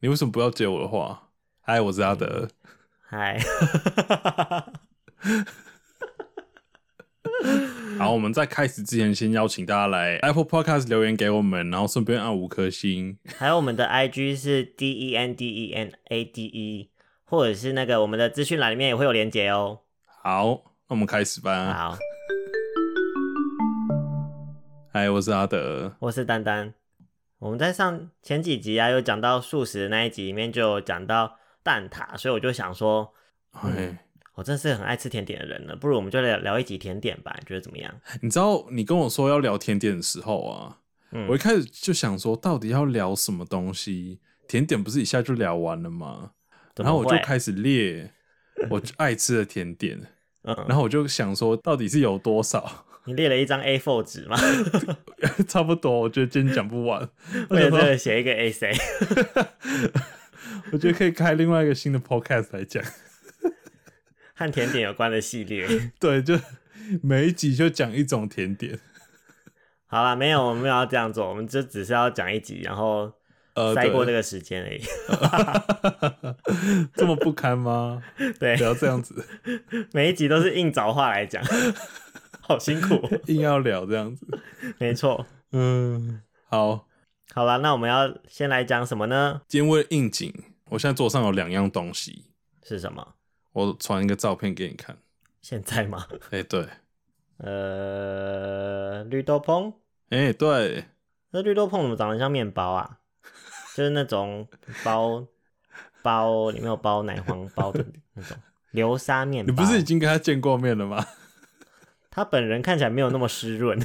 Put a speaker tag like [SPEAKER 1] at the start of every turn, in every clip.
[SPEAKER 1] 你为什么不要接我的话？嗨，我是阿德。
[SPEAKER 2] 嗨， 嗯
[SPEAKER 1] 好，我们在开始之前，先邀请大家来 Apple Podcast 留言给我们，然后顺便按五颗星。
[SPEAKER 2] 还有我们的 IG 是 D E N D E N A D E，或者是那个我们的资讯栏里面也会有连结哦。
[SPEAKER 1] 好，那我们开始吧。
[SPEAKER 2] 好，
[SPEAKER 1] 嗨，我是阿德。
[SPEAKER 2] 我是丹丹。我们在上前几集啊，有讲到素食的那一集里面就有讲到蛋挞，所以我就想说，嗯
[SPEAKER 1] 哎、
[SPEAKER 2] 我真是很爱吃甜点的人了，不如我们就来聊一集甜点吧，你觉得怎么样？
[SPEAKER 1] 你知道你跟我说要聊甜点的时候啊，
[SPEAKER 2] 嗯
[SPEAKER 1] 我一开始就想说，到底要聊什么东西？甜点不是一下就聊完了吗？
[SPEAKER 2] 怎
[SPEAKER 1] 然后
[SPEAKER 2] 么
[SPEAKER 1] 我
[SPEAKER 2] 会？
[SPEAKER 1] 就开始 列我爱吃的甜点，然
[SPEAKER 2] 嗯，
[SPEAKER 1] 后我就想说，到底是有多少？
[SPEAKER 2] 你列了一张 A4 纸吗？
[SPEAKER 1] 差不多，我觉得今天讲不完。我
[SPEAKER 2] 为了
[SPEAKER 1] 想说，
[SPEAKER 2] 这个写一个 A C，
[SPEAKER 1] 我觉得可以开另外一个新的 podcast 来讲。
[SPEAKER 2] 和甜点有关的系列。
[SPEAKER 1] 对，就每一集就讲一种甜点。
[SPEAKER 2] 好啦，没有，我们没有要这样做，我们就只是要讲一集，然后
[SPEAKER 1] 呃，
[SPEAKER 2] 塞过这
[SPEAKER 1] 对
[SPEAKER 2] 个时 间而已。
[SPEAKER 1] 这么不堪吗？
[SPEAKER 2] 对
[SPEAKER 1] 不，要这样子，
[SPEAKER 2] 每一集都是硬找话 来讲，好辛苦哦。
[SPEAKER 1] 硬要聊这样子。
[SPEAKER 2] 没错。
[SPEAKER 1] 嗯，好，
[SPEAKER 2] 好啦，那我们要先来讲什么呢？
[SPEAKER 1] 今天为了应景，我现在桌上有两样东西，
[SPEAKER 2] 是什么？
[SPEAKER 1] 我传一个照片给你看。
[SPEAKER 2] 现在吗？
[SPEAKER 1] 哎、对，
[SPEAKER 2] 呃，绿豆椪。
[SPEAKER 1] 哎、对，
[SPEAKER 2] 那绿豆椪怎么长得像面包啊？就是那种包包里面有包奶黄包的那种流沙面
[SPEAKER 1] 你
[SPEAKER 2] 包。
[SPEAKER 1] 不是已经跟他见过面了吗？
[SPEAKER 2] 他本人看起来没有那么湿润。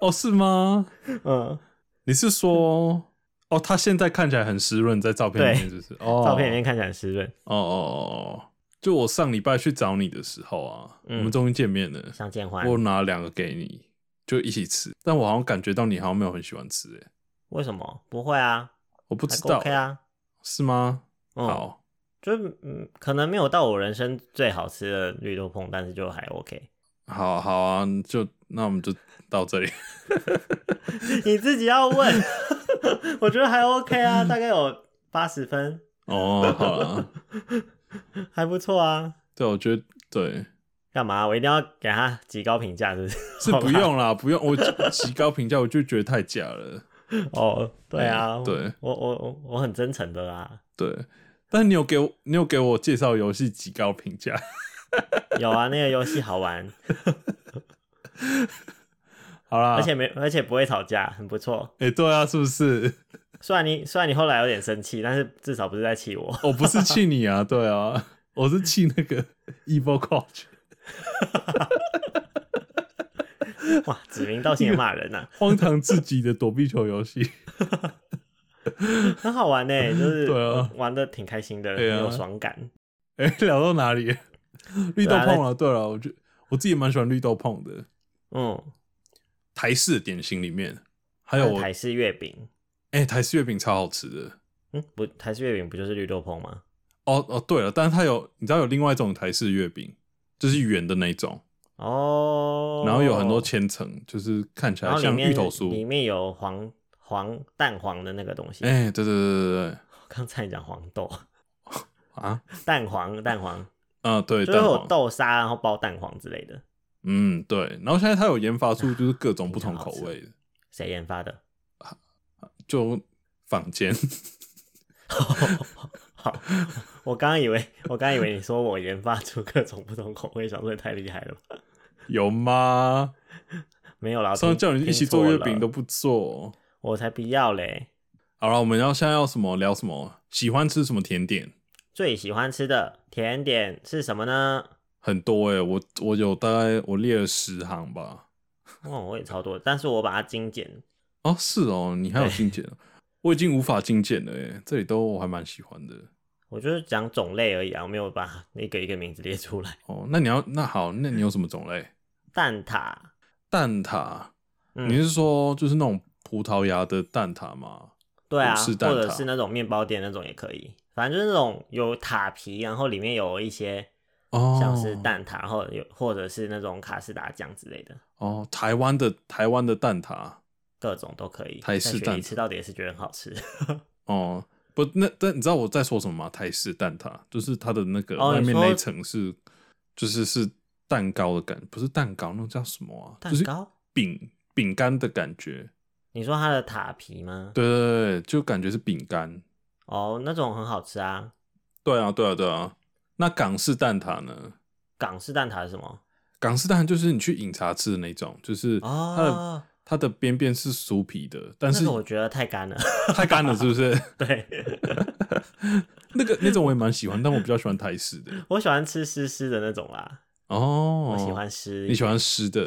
[SPEAKER 1] 哦，是吗？
[SPEAKER 2] 嗯，
[SPEAKER 1] 你是说，哦，他现在看起来很湿润，在照片里面是不是？哦，
[SPEAKER 2] 照片里面看起来很湿润。
[SPEAKER 1] 哦哦哦哦，就我上礼拜去找你的时候啊，
[SPEAKER 2] 嗯
[SPEAKER 1] 我们终于见面了，
[SPEAKER 2] 相见欢，
[SPEAKER 1] 我拿两个给你，就一起吃。但我好像感觉到你好像没有很喜欢吃、欸，
[SPEAKER 2] 为什么不会啊？
[SPEAKER 1] 我不
[SPEAKER 2] 不
[SPEAKER 1] 知道、
[SPEAKER 2] OK 啊，
[SPEAKER 1] 是吗？
[SPEAKER 2] 嗯，
[SPEAKER 1] 好，
[SPEAKER 2] 就是嗯，可能没有到我人生最好吃的绿豆椪，但是就还 OK。
[SPEAKER 1] 好，好啊，就那我们就到这 里。
[SPEAKER 2] 你自己要问， 我觉得还 OK 啊，大概有八十分，
[SPEAKER 1] 哦，
[SPEAKER 2] 啊
[SPEAKER 1] 好了，
[SPEAKER 2] 还不错啊。
[SPEAKER 1] 对，我觉得对，
[SPEAKER 2] 干嘛？我一定要给他极高评价，是 不是？
[SPEAKER 1] 是不用啦，不用，我极高评价，我就觉得太假了。
[SPEAKER 2] 哦，对啊，
[SPEAKER 1] 对
[SPEAKER 2] 我我我我很真诚的啊啦。
[SPEAKER 1] 对，但你有给我，你有给我介绍游戏极高评价。
[SPEAKER 2] 有啊，那个游戏好玩，
[SPEAKER 1] 好啦，
[SPEAKER 2] 而且没而且不会吵架，很不错。
[SPEAKER 1] 哎、对啊，是不是？
[SPEAKER 2] 虽然你虽然你后来有点生气，但是至少不是在气我。
[SPEAKER 1] 我不是气你啊，对啊，我是气那个 Evil Coach。
[SPEAKER 2] 哇，指名道姓的骂人呐、
[SPEAKER 1] 荒唐至极的躲避球游戏，
[SPEAKER 2] 很好玩呢、就是
[SPEAKER 1] 对啊
[SPEAKER 2] 玩的挺开心的，很
[SPEAKER 1] 对啊
[SPEAKER 2] 有爽感。
[SPEAKER 1] 哎、聊到哪里？绿豆
[SPEAKER 2] 对啊那
[SPEAKER 1] 椪了，对了，我觉我自己蛮喜欢绿豆椪的，
[SPEAKER 2] 嗯，
[SPEAKER 1] 台式的点心里面，还
[SPEAKER 2] 还
[SPEAKER 1] 哎有我
[SPEAKER 2] 台式月饼，
[SPEAKER 1] 哎、台式月饼超好吃的。
[SPEAKER 2] 嗯，不，台式月饼不就是绿豆椪吗？
[SPEAKER 1] 哦哦，对了，但是它有你知道有另外一种台式月饼，就是圆的那一种，
[SPEAKER 2] 哦，
[SPEAKER 1] 然后有很多千层，就是看起
[SPEAKER 2] 然
[SPEAKER 1] 来
[SPEAKER 2] 后里
[SPEAKER 1] 像
[SPEAKER 2] 面
[SPEAKER 1] 芋头
[SPEAKER 2] 里
[SPEAKER 1] 酥。
[SPEAKER 2] 面有黄黄蛋黄的那个东西。
[SPEAKER 1] 哎、对对对对对
[SPEAKER 2] 刚才你讲黄豆，
[SPEAKER 1] 啊，
[SPEAKER 2] 蛋黄蛋黄，
[SPEAKER 1] 嗯、对，
[SPEAKER 2] 就是
[SPEAKER 1] 蛋
[SPEAKER 2] 有
[SPEAKER 1] 黄，
[SPEAKER 2] 豆沙，然后包蛋黄之类的。
[SPEAKER 1] 嗯对，然后现在它有研发出就是各种不同
[SPEAKER 2] 非常
[SPEAKER 1] 口
[SPEAKER 2] 好吃
[SPEAKER 1] 味的，
[SPEAKER 2] 谁研发的？
[SPEAKER 1] 就坊间。
[SPEAKER 2] 好，我刚刚以为我刚刚以为你说我研发出各种不同口味，想说也太厉害了吧？
[SPEAKER 1] 有吗？
[SPEAKER 2] 没有啦，
[SPEAKER 1] 上次
[SPEAKER 2] 啊听
[SPEAKER 1] 叫你一起
[SPEAKER 2] 听错
[SPEAKER 1] 做月
[SPEAKER 2] 了
[SPEAKER 1] 饼都不做。
[SPEAKER 2] 我才不要嘞！
[SPEAKER 1] 好了，我们要现在要什么聊什么？喜欢吃什么甜点？
[SPEAKER 2] 最喜欢吃的甜点是什么呢？
[SPEAKER 1] 很多哎、我我有大概我列了十行吧。
[SPEAKER 2] 哦，我也超多，但是我把它精简。
[SPEAKER 1] 哦，是哦，你还有精简 哦，我已经无法精简了哎、这里都我还蛮喜欢的。
[SPEAKER 2] 我就是讲种类而已啊，我没有把一个一个名字列出来。
[SPEAKER 1] 哦，那你要那好，那你有什么种类？
[SPEAKER 2] 蛋挞，
[SPEAKER 1] 蛋挞，
[SPEAKER 2] 嗯
[SPEAKER 1] 你是说就是那种葡萄牙的蛋挞吗？
[SPEAKER 2] 对啊，
[SPEAKER 1] 是
[SPEAKER 2] 或
[SPEAKER 1] 蛋挞
[SPEAKER 2] 者是那种面包店那种也可以，反正就是那种有塔皮，然后里面有一些
[SPEAKER 1] 哦，
[SPEAKER 2] 像是蛋挞，然后有或者是那种卡士达酱之类的，
[SPEAKER 1] 哦，台湾的台湾的蛋挞
[SPEAKER 2] 各种都可以。
[SPEAKER 1] 台式
[SPEAKER 2] 在雪
[SPEAKER 1] 蛋挞
[SPEAKER 2] 梨吃到的也是觉得很好吃。
[SPEAKER 1] 哦，不，那但你知道我在说什么吗？台式蛋挞就是它的那个
[SPEAKER 2] 哦
[SPEAKER 1] 外
[SPEAKER 2] 你
[SPEAKER 1] 面那一
[SPEAKER 2] 说
[SPEAKER 1] 层是，就是是蛋糕的感，不是蛋糕，那叫什么啊？
[SPEAKER 2] 蛋
[SPEAKER 1] 就是
[SPEAKER 2] 糕？
[SPEAKER 1] 饼饼干的感觉。
[SPEAKER 2] 你说它的塔皮吗？
[SPEAKER 1] 对对对，就感觉是饼干。
[SPEAKER 2] 哦，那种很好吃啊。
[SPEAKER 1] 对啊，对啊，对啊。那港式蛋挞呢？
[SPEAKER 2] 港式蛋挞是什么？
[SPEAKER 1] 港式蛋挞就是你去饮茶吃的那种，就是它的、
[SPEAKER 2] 哦，
[SPEAKER 1] 它的边边是酥皮的，但
[SPEAKER 2] 那
[SPEAKER 1] 是
[SPEAKER 2] 个我觉得太干了。
[SPEAKER 1] 太干了，是不是？
[SPEAKER 2] 对，
[SPEAKER 1] 那个那种我也蛮喜欢，但我比较喜欢台式的。
[SPEAKER 2] 我喜欢吃湿湿的那种啦，
[SPEAKER 1] 哦，
[SPEAKER 2] 我喜欢湿，
[SPEAKER 1] 你喜欢湿 的，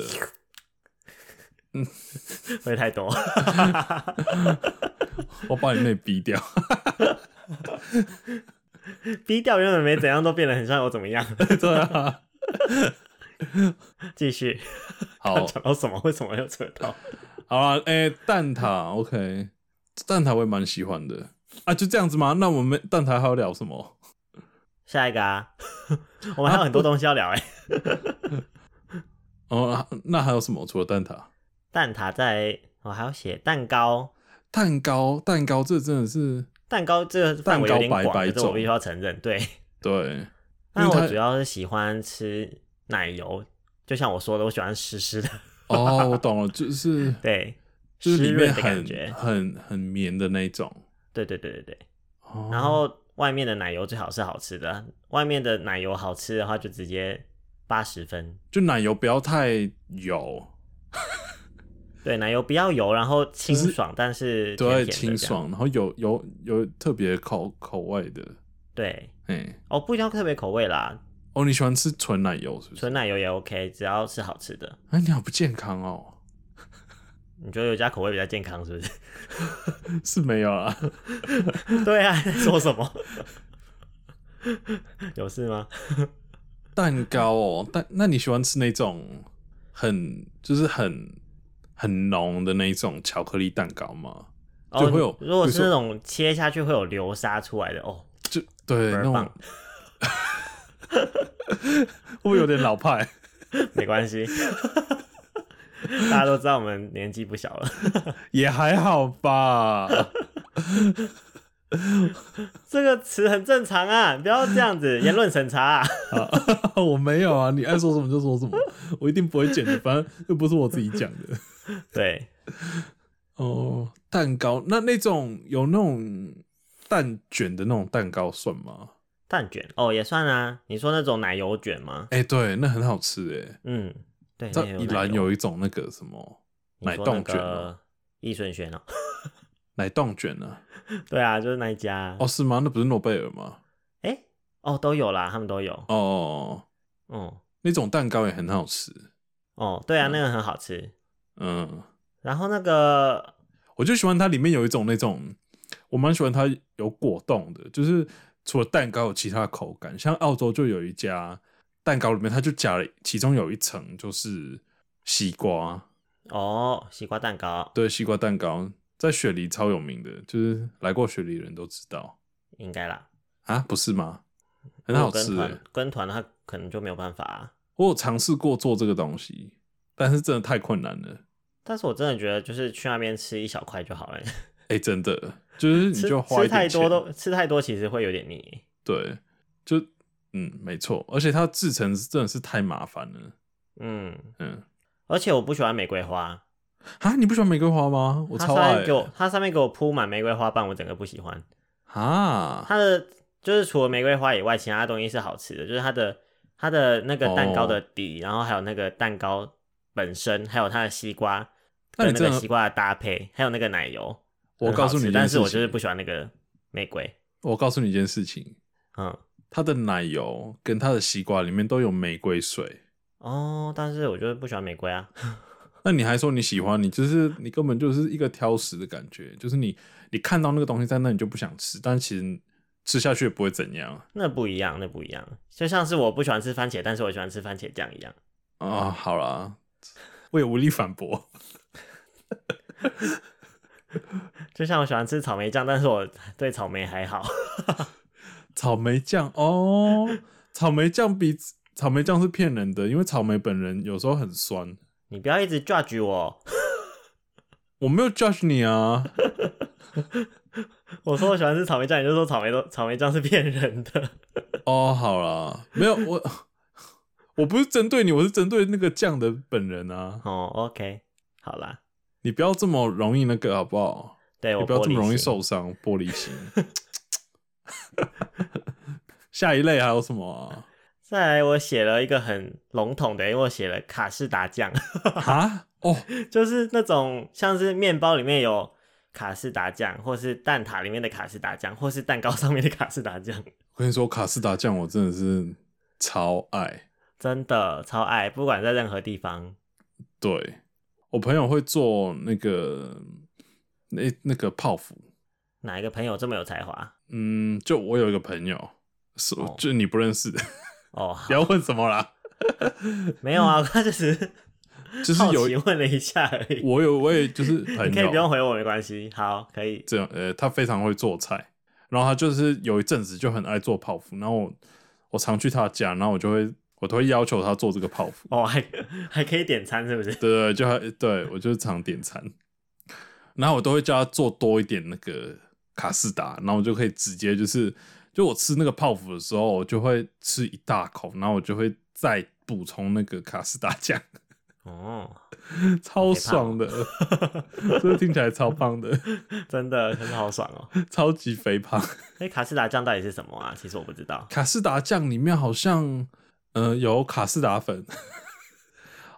[SPEAKER 2] 会太多。
[SPEAKER 1] 我把你妹逼掉。
[SPEAKER 2] 低调原本没怎样，都变得很像我怎么样？
[SPEAKER 1] 对啊，
[SPEAKER 2] 继续
[SPEAKER 1] 好，
[SPEAKER 2] 讲到什么？为什么又扯到？
[SPEAKER 1] 好了，
[SPEAKER 2] 嗯
[SPEAKER 1] 哎、蛋挞，OK，蛋挞我也蛮喜欢的啊，就这样子吗？那我们蛋挞还要聊什么？
[SPEAKER 2] 下一个啊， 我们还有很多东西要
[SPEAKER 1] 啊
[SPEAKER 2] 聊哎、
[SPEAKER 1] 哦、啊那还有什么？除了蛋挞，
[SPEAKER 2] 蛋挞在，我还要写蛋糕，
[SPEAKER 1] 蛋糕，蛋糕，这真的是
[SPEAKER 2] 蛋糕这个范围有点
[SPEAKER 1] 蛋糕
[SPEAKER 2] 广，
[SPEAKER 1] 百百
[SPEAKER 2] 可是我
[SPEAKER 1] 种
[SPEAKER 2] 必须要承认，对。
[SPEAKER 1] 对，因
[SPEAKER 2] 但
[SPEAKER 1] 为它
[SPEAKER 2] 我主要是喜欢吃奶油，就像我说的，我喜欢湿湿的，
[SPEAKER 1] 哦，我懂了，就是
[SPEAKER 2] 对，
[SPEAKER 1] 就是
[SPEAKER 2] 湿
[SPEAKER 1] 里
[SPEAKER 2] 润
[SPEAKER 1] 面
[SPEAKER 2] 的感
[SPEAKER 1] 很
[SPEAKER 2] 觉，
[SPEAKER 1] 很很绵的那种。
[SPEAKER 2] 对对对对对。
[SPEAKER 1] 哦
[SPEAKER 2] 然后外面的奶油最好是好吃的，外面的奶油好吃的话就直接八十分，
[SPEAKER 1] 就奶油不要太油，
[SPEAKER 2] 对，奶油不要油，然后清
[SPEAKER 1] 就是
[SPEAKER 2] 爽，但是甜
[SPEAKER 1] 对，
[SPEAKER 2] 甜的
[SPEAKER 1] 清
[SPEAKER 2] 这样，
[SPEAKER 1] 爽，然后有有有特别口口味的，
[SPEAKER 2] 对，
[SPEAKER 1] 哎，
[SPEAKER 2] 哦，不一定要特别口味啦，
[SPEAKER 1] 哦，你喜欢吃纯奶油是不是？
[SPEAKER 2] 纯奶油也 OK，只要是好吃的。
[SPEAKER 1] 哎，你好不健康哦，
[SPEAKER 2] 你觉得有加口味比较健康，是不是？
[SPEAKER 1] 是没有啊。
[SPEAKER 2] 对啊，在说什么？ 有事吗？
[SPEAKER 1] 蛋糕哦，但那你喜欢吃那种很就是很很浓的那种巧克力蛋糕吗？
[SPEAKER 2] 哦，
[SPEAKER 1] 就会有
[SPEAKER 2] 如果
[SPEAKER 1] 比如
[SPEAKER 2] 是
[SPEAKER 1] 说
[SPEAKER 2] 那种切下去会有流沙出来的哦，
[SPEAKER 1] 就对那
[SPEAKER 2] 倍儿
[SPEAKER 1] 种，
[SPEAKER 2] 棒
[SPEAKER 1] 会， 不会有点老派？
[SPEAKER 2] 没关系。大家都知道我们年纪不小了，
[SPEAKER 1] 也还好吧。
[SPEAKER 2] 这个词很正常啊，不要这样 子，言论审查、啊。
[SPEAKER 1] 啊 我没有啊，你爱说什么就说什么，我一定不会剪的，反正又不是我自己讲 的。
[SPEAKER 2] 对，
[SPEAKER 1] 哦，蛋糕那那种有那种蛋卷的那种蛋糕算吗？
[SPEAKER 2] 蛋卷哦也算啊。你说那种奶油卷吗？
[SPEAKER 1] 哎、对，那很好吃哎。
[SPEAKER 2] 嗯，对，
[SPEAKER 1] 在
[SPEAKER 2] 那也
[SPEAKER 1] 宜
[SPEAKER 2] 奶
[SPEAKER 1] 兰
[SPEAKER 2] 油
[SPEAKER 1] 有一种那个什么
[SPEAKER 2] 你
[SPEAKER 1] 奶
[SPEAKER 2] 说
[SPEAKER 1] 冻
[SPEAKER 2] 那
[SPEAKER 1] 卷吗
[SPEAKER 2] 个易顺轩哦，
[SPEAKER 1] 奶冻卷呢、啊？
[SPEAKER 2] 对啊，就是那一家啊。
[SPEAKER 1] 哦，是吗？那不是诺贝尔吗？
[SPEAKER 2] 哎、哦，都有啦，他们都有。
[SPEAKER 1] 哦，
[SPEAKER 2] 嗯，
[SPEAKER 1] 那种蛋糕也很好吃。
[SPEAKER 2] 哦，对啊，
[SPEAKER 1] 嗯
[SPEAKER 2] 那个很好吃。
[SPEAKER 1] 嗯，
[SPEAKER 2] 然后那个
[SPEAKER 1] 我就喜欢它里面有一种那种，我蛮喜欢它有果冻的，就是除了蛋糕有其他的口感，像澳洲就有一家蛋糕里面，它就夹了其中有一层就是西瓜，
[SPEAKER 2] 哦，西瓜蛋糕
[SPEAKER 1] 对，西瓜蛋糕在雪梨超有名的，就是来过雪梨的人都知道
[SPEAKER 2] 应该啦，
[SPEAKER 1] 啊，不是吗？很
[SPEAKER 2] 如
[SPEAKER 1] 好
[SPEAKER 2] 果跟
[SPEAKER 1] 吃、欸
[SPEAKER 2] 团。跟团的话可能就没有办法、啊。
[SPEAKER 1] 我有尝试过做这个东西，但是真的太困难了。
[SPEAKER 2] 但是我真的觉得，就是去那边吃一小块就好了，
[SPEAKER 1] 哎、真的，就是 你
[SPEAKER 2] 吃
[SPEAKER 1] 就花
[SPEAKER 2] 吃
[SPEAKER 1] 一
[SPEAKER 2] 太
[SPEAKER 1] 点
[SPEAKER 2] 多
[SPEAKER 1] 钱，
[SPEAKER 2] 都吃太多，其实会有点腻。
[SPEAKER 1] 对，就嗯，没错。而且它制成真的是太麻烦了。
[SPEAKER 2] 嗯，
[SPEAKER 1] 嗯，
[SPEAKER 2] 而且我不喜欢玫瑰花，
[SPEAKER 1] 啊，你不喜欢玫瑰花吗？我
[SPEAKER 2] 它
[SPEAKER 1] 超
[SPEAKER 2] 上
[SPEAKER 1] 爱
[SPEAKER 2] 面给我它上面给我铺满玫瑰花瓣，我整个不喜欢。
[SPEAKER 1] 啊！
[SPEAKER 2] 它的就是除了玫瑰花以外，其他东西是好吃的，就是它的它的那个蛋糕
[SPEAKER 1] 哦
[SPEAKER 2] 的底，然后还有那个蛋糕本身，还有它的西瓜
[SPEAKER 1] 那你
[SPEAKER 2] 跟那
[SPEAKER 1] 真
[SPEAKER 2] 个
[SPEAKER 1] 的
[SPEAKER 2] 西瓜的搭配，还有那个奶油。
[SPEAKER 1] 我
[SPEAKER 2] 很
[SPEAKER 1] 告
[SPEAKER 2] 好
[SPEAKER 1] 诉你
[SPEAKER 2] 吃
[SPEAKER 1] 一件事情，
[SPEAKER 2] 但是我就是不喜欢那个玫瑰。
[SPEAKER 1] 我告诉你一件事情，
[SPEAKER 2] 嗯，
[SPEAKER 1] 它的奶油跟它的西瓜里面都有玫瑰水。
[SPEAKER 2] 哦，但是我就是不喜欢玫瑰啊。
[SPEAKER 1] 那你还说你喜欢，你就是你根本就是一个挑食的感觉，就是你你看到那个东西在那，你就不想吃，但其实吃下去也不会怎样。
[SPEAKER 2] 那不一样，那不一样，就像是我不喜欢吃番茄，但是我喜欢吃番茄酱一样。
[SPEAKER 1] 啊、好啦，我也无力反驳。
[SPEAKER 2] 就像我喜欢吃草莓酱，但是我对草莓还好。
[SPEAKER 1] 草莓酱哦，草莓酱比草莓酱是骗人的，因为草莓本人有时候很酸。
[SPEAKER 2] 你不要一直 judge 我，
[SPEAKER 1] 我没有 judge 你啊，
[SPEAKER 2] 我说我喜欢吃草莓酱，你就说草莓都草莓酱是骗人的。
[SPEAKER 1] 哦，好啦，没有我，我不是针对你，我是针对那个酱的本人啊。
[SPEAKER 2] 哦，OK，好啦，
[SPEAKER 1] 你不要这么容易那个好不好？
[SPEAKER 2] 对
[SPEAKER 1] 你
[SPEAKER 2] 我
[SPEAKER 1] 不要
[SPEAKER 2] 玻
[SPEAKER 1] 这么
[SPEAKER 2] 璃
[SPEAKER 1] 容易
[SPEAKER 2] 心
[SPEAKER 1] 受伤，玻璃心。 下一类还有什么啊？
[SPEAKER 2] 再来，我写了一个很笼统的，因为我写了卡士达酱，
[SPEAKER 1] 啊？哦，
[SPEAKER 2] 就是那种像是面包里面有卡士达酱，或是蛋挞里面的卡士达酱，或是蛋糕上面的卡士达酱，
[SPEAKER 1] 我跟你说，卡斯达酱我真的是超爱。
[SPEAKER 2] 真的超爱，不管在任何地方。
[SPEAKER 1] 对我朋友会做那个那那个泡芙，
[SPEAKER 2] 哪一个朋友这么有才华？
[SPEAKER 1] 嗯，就我有一个朋友是、
[SPEAKER 2] 哦
[SPEAKER 1] 就你不认识的，
[SPEAKER 2] 哦，
[SPEAKER 1] 不要问什么 啦，
[SPEAKER 2] 没有啊，他就是
[SPEAKER 1] 就是
[SPEAKER 2] 好奇
[SPEAKER 1] 有
[SPEAKER 2] 问了一下而已。
[SPEAKER 1] 我有位就是
[SPEAKER 2] 你
[SPEAKER 1] 朋
[SPEAKER 2] 可以不用
[SPEAKER 1] 友，
[SPEAKER 2] 回我没关系，好，可以。
[SPEAKER 1] 这样呃，他非常会做菜，然后他就是有一阵子就很爱做泡芙，然后我我常去他家，然后我就会我都会要求他做这个泡芙，
[SPEAKER 2] 哦，还还可以点餐是不是？
[SPEAKER 1] 对对，就还对我就是常点餐，然后我都会叫他做多一点那个卡士达，然后我就可以直接就是，就我吃那个泡芙的时候，我就会吃一大口，然后我就会再补充那个卡士达酱，
[SPEAKER 2] 哦，
[SPEAKER 1] 超爽的，这听起来超棒的，
[SPEAKER 2] 真的真的好爽哦。
[SPEAKER 1] 超级肥胖。
[SPEAKER 2] 哎、卡士达酱到底是什么啊？其实我不知道。
[SPEAKER 1] 卡士达酱里面好像，呃，有卡士达粉，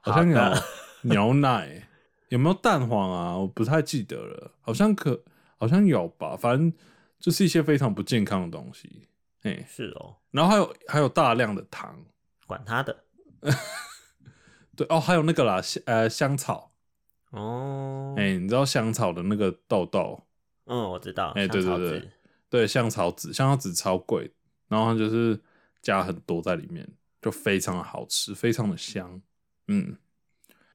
[SPEAKER 1] 好像有
[SPEAKER 2] 好的
[SPEAKER 1] 牛奶，有没有蛋黄啊？我不太记得了，好像可好像有吧，反正就是一些非常不健康的东西。哎、
[SPEAKER 2] 是哦，
[SPEAKER 1] 然后还有还有大量的糖，
[SPEAKER 2] 管他的。
[SPEAKER 1] 对哦，还有那个啦，香呃香草，
[SPEAKER 2] 哦，
[SPEAKER 1] 哎、你知道香草的那个豆豆，
[SPEAKER 2] 嗯，我知道。
[SPEAKER 1] 哎
[SPEAKER 2] 香草
[SPEAKER 1] 对对
[SPEAKER 2] 籽
[SPEAKER 1] 对对，香草籽，香草籽超贵，然后它就是加很多在里面，就非常的好吃，非常的香，嗯。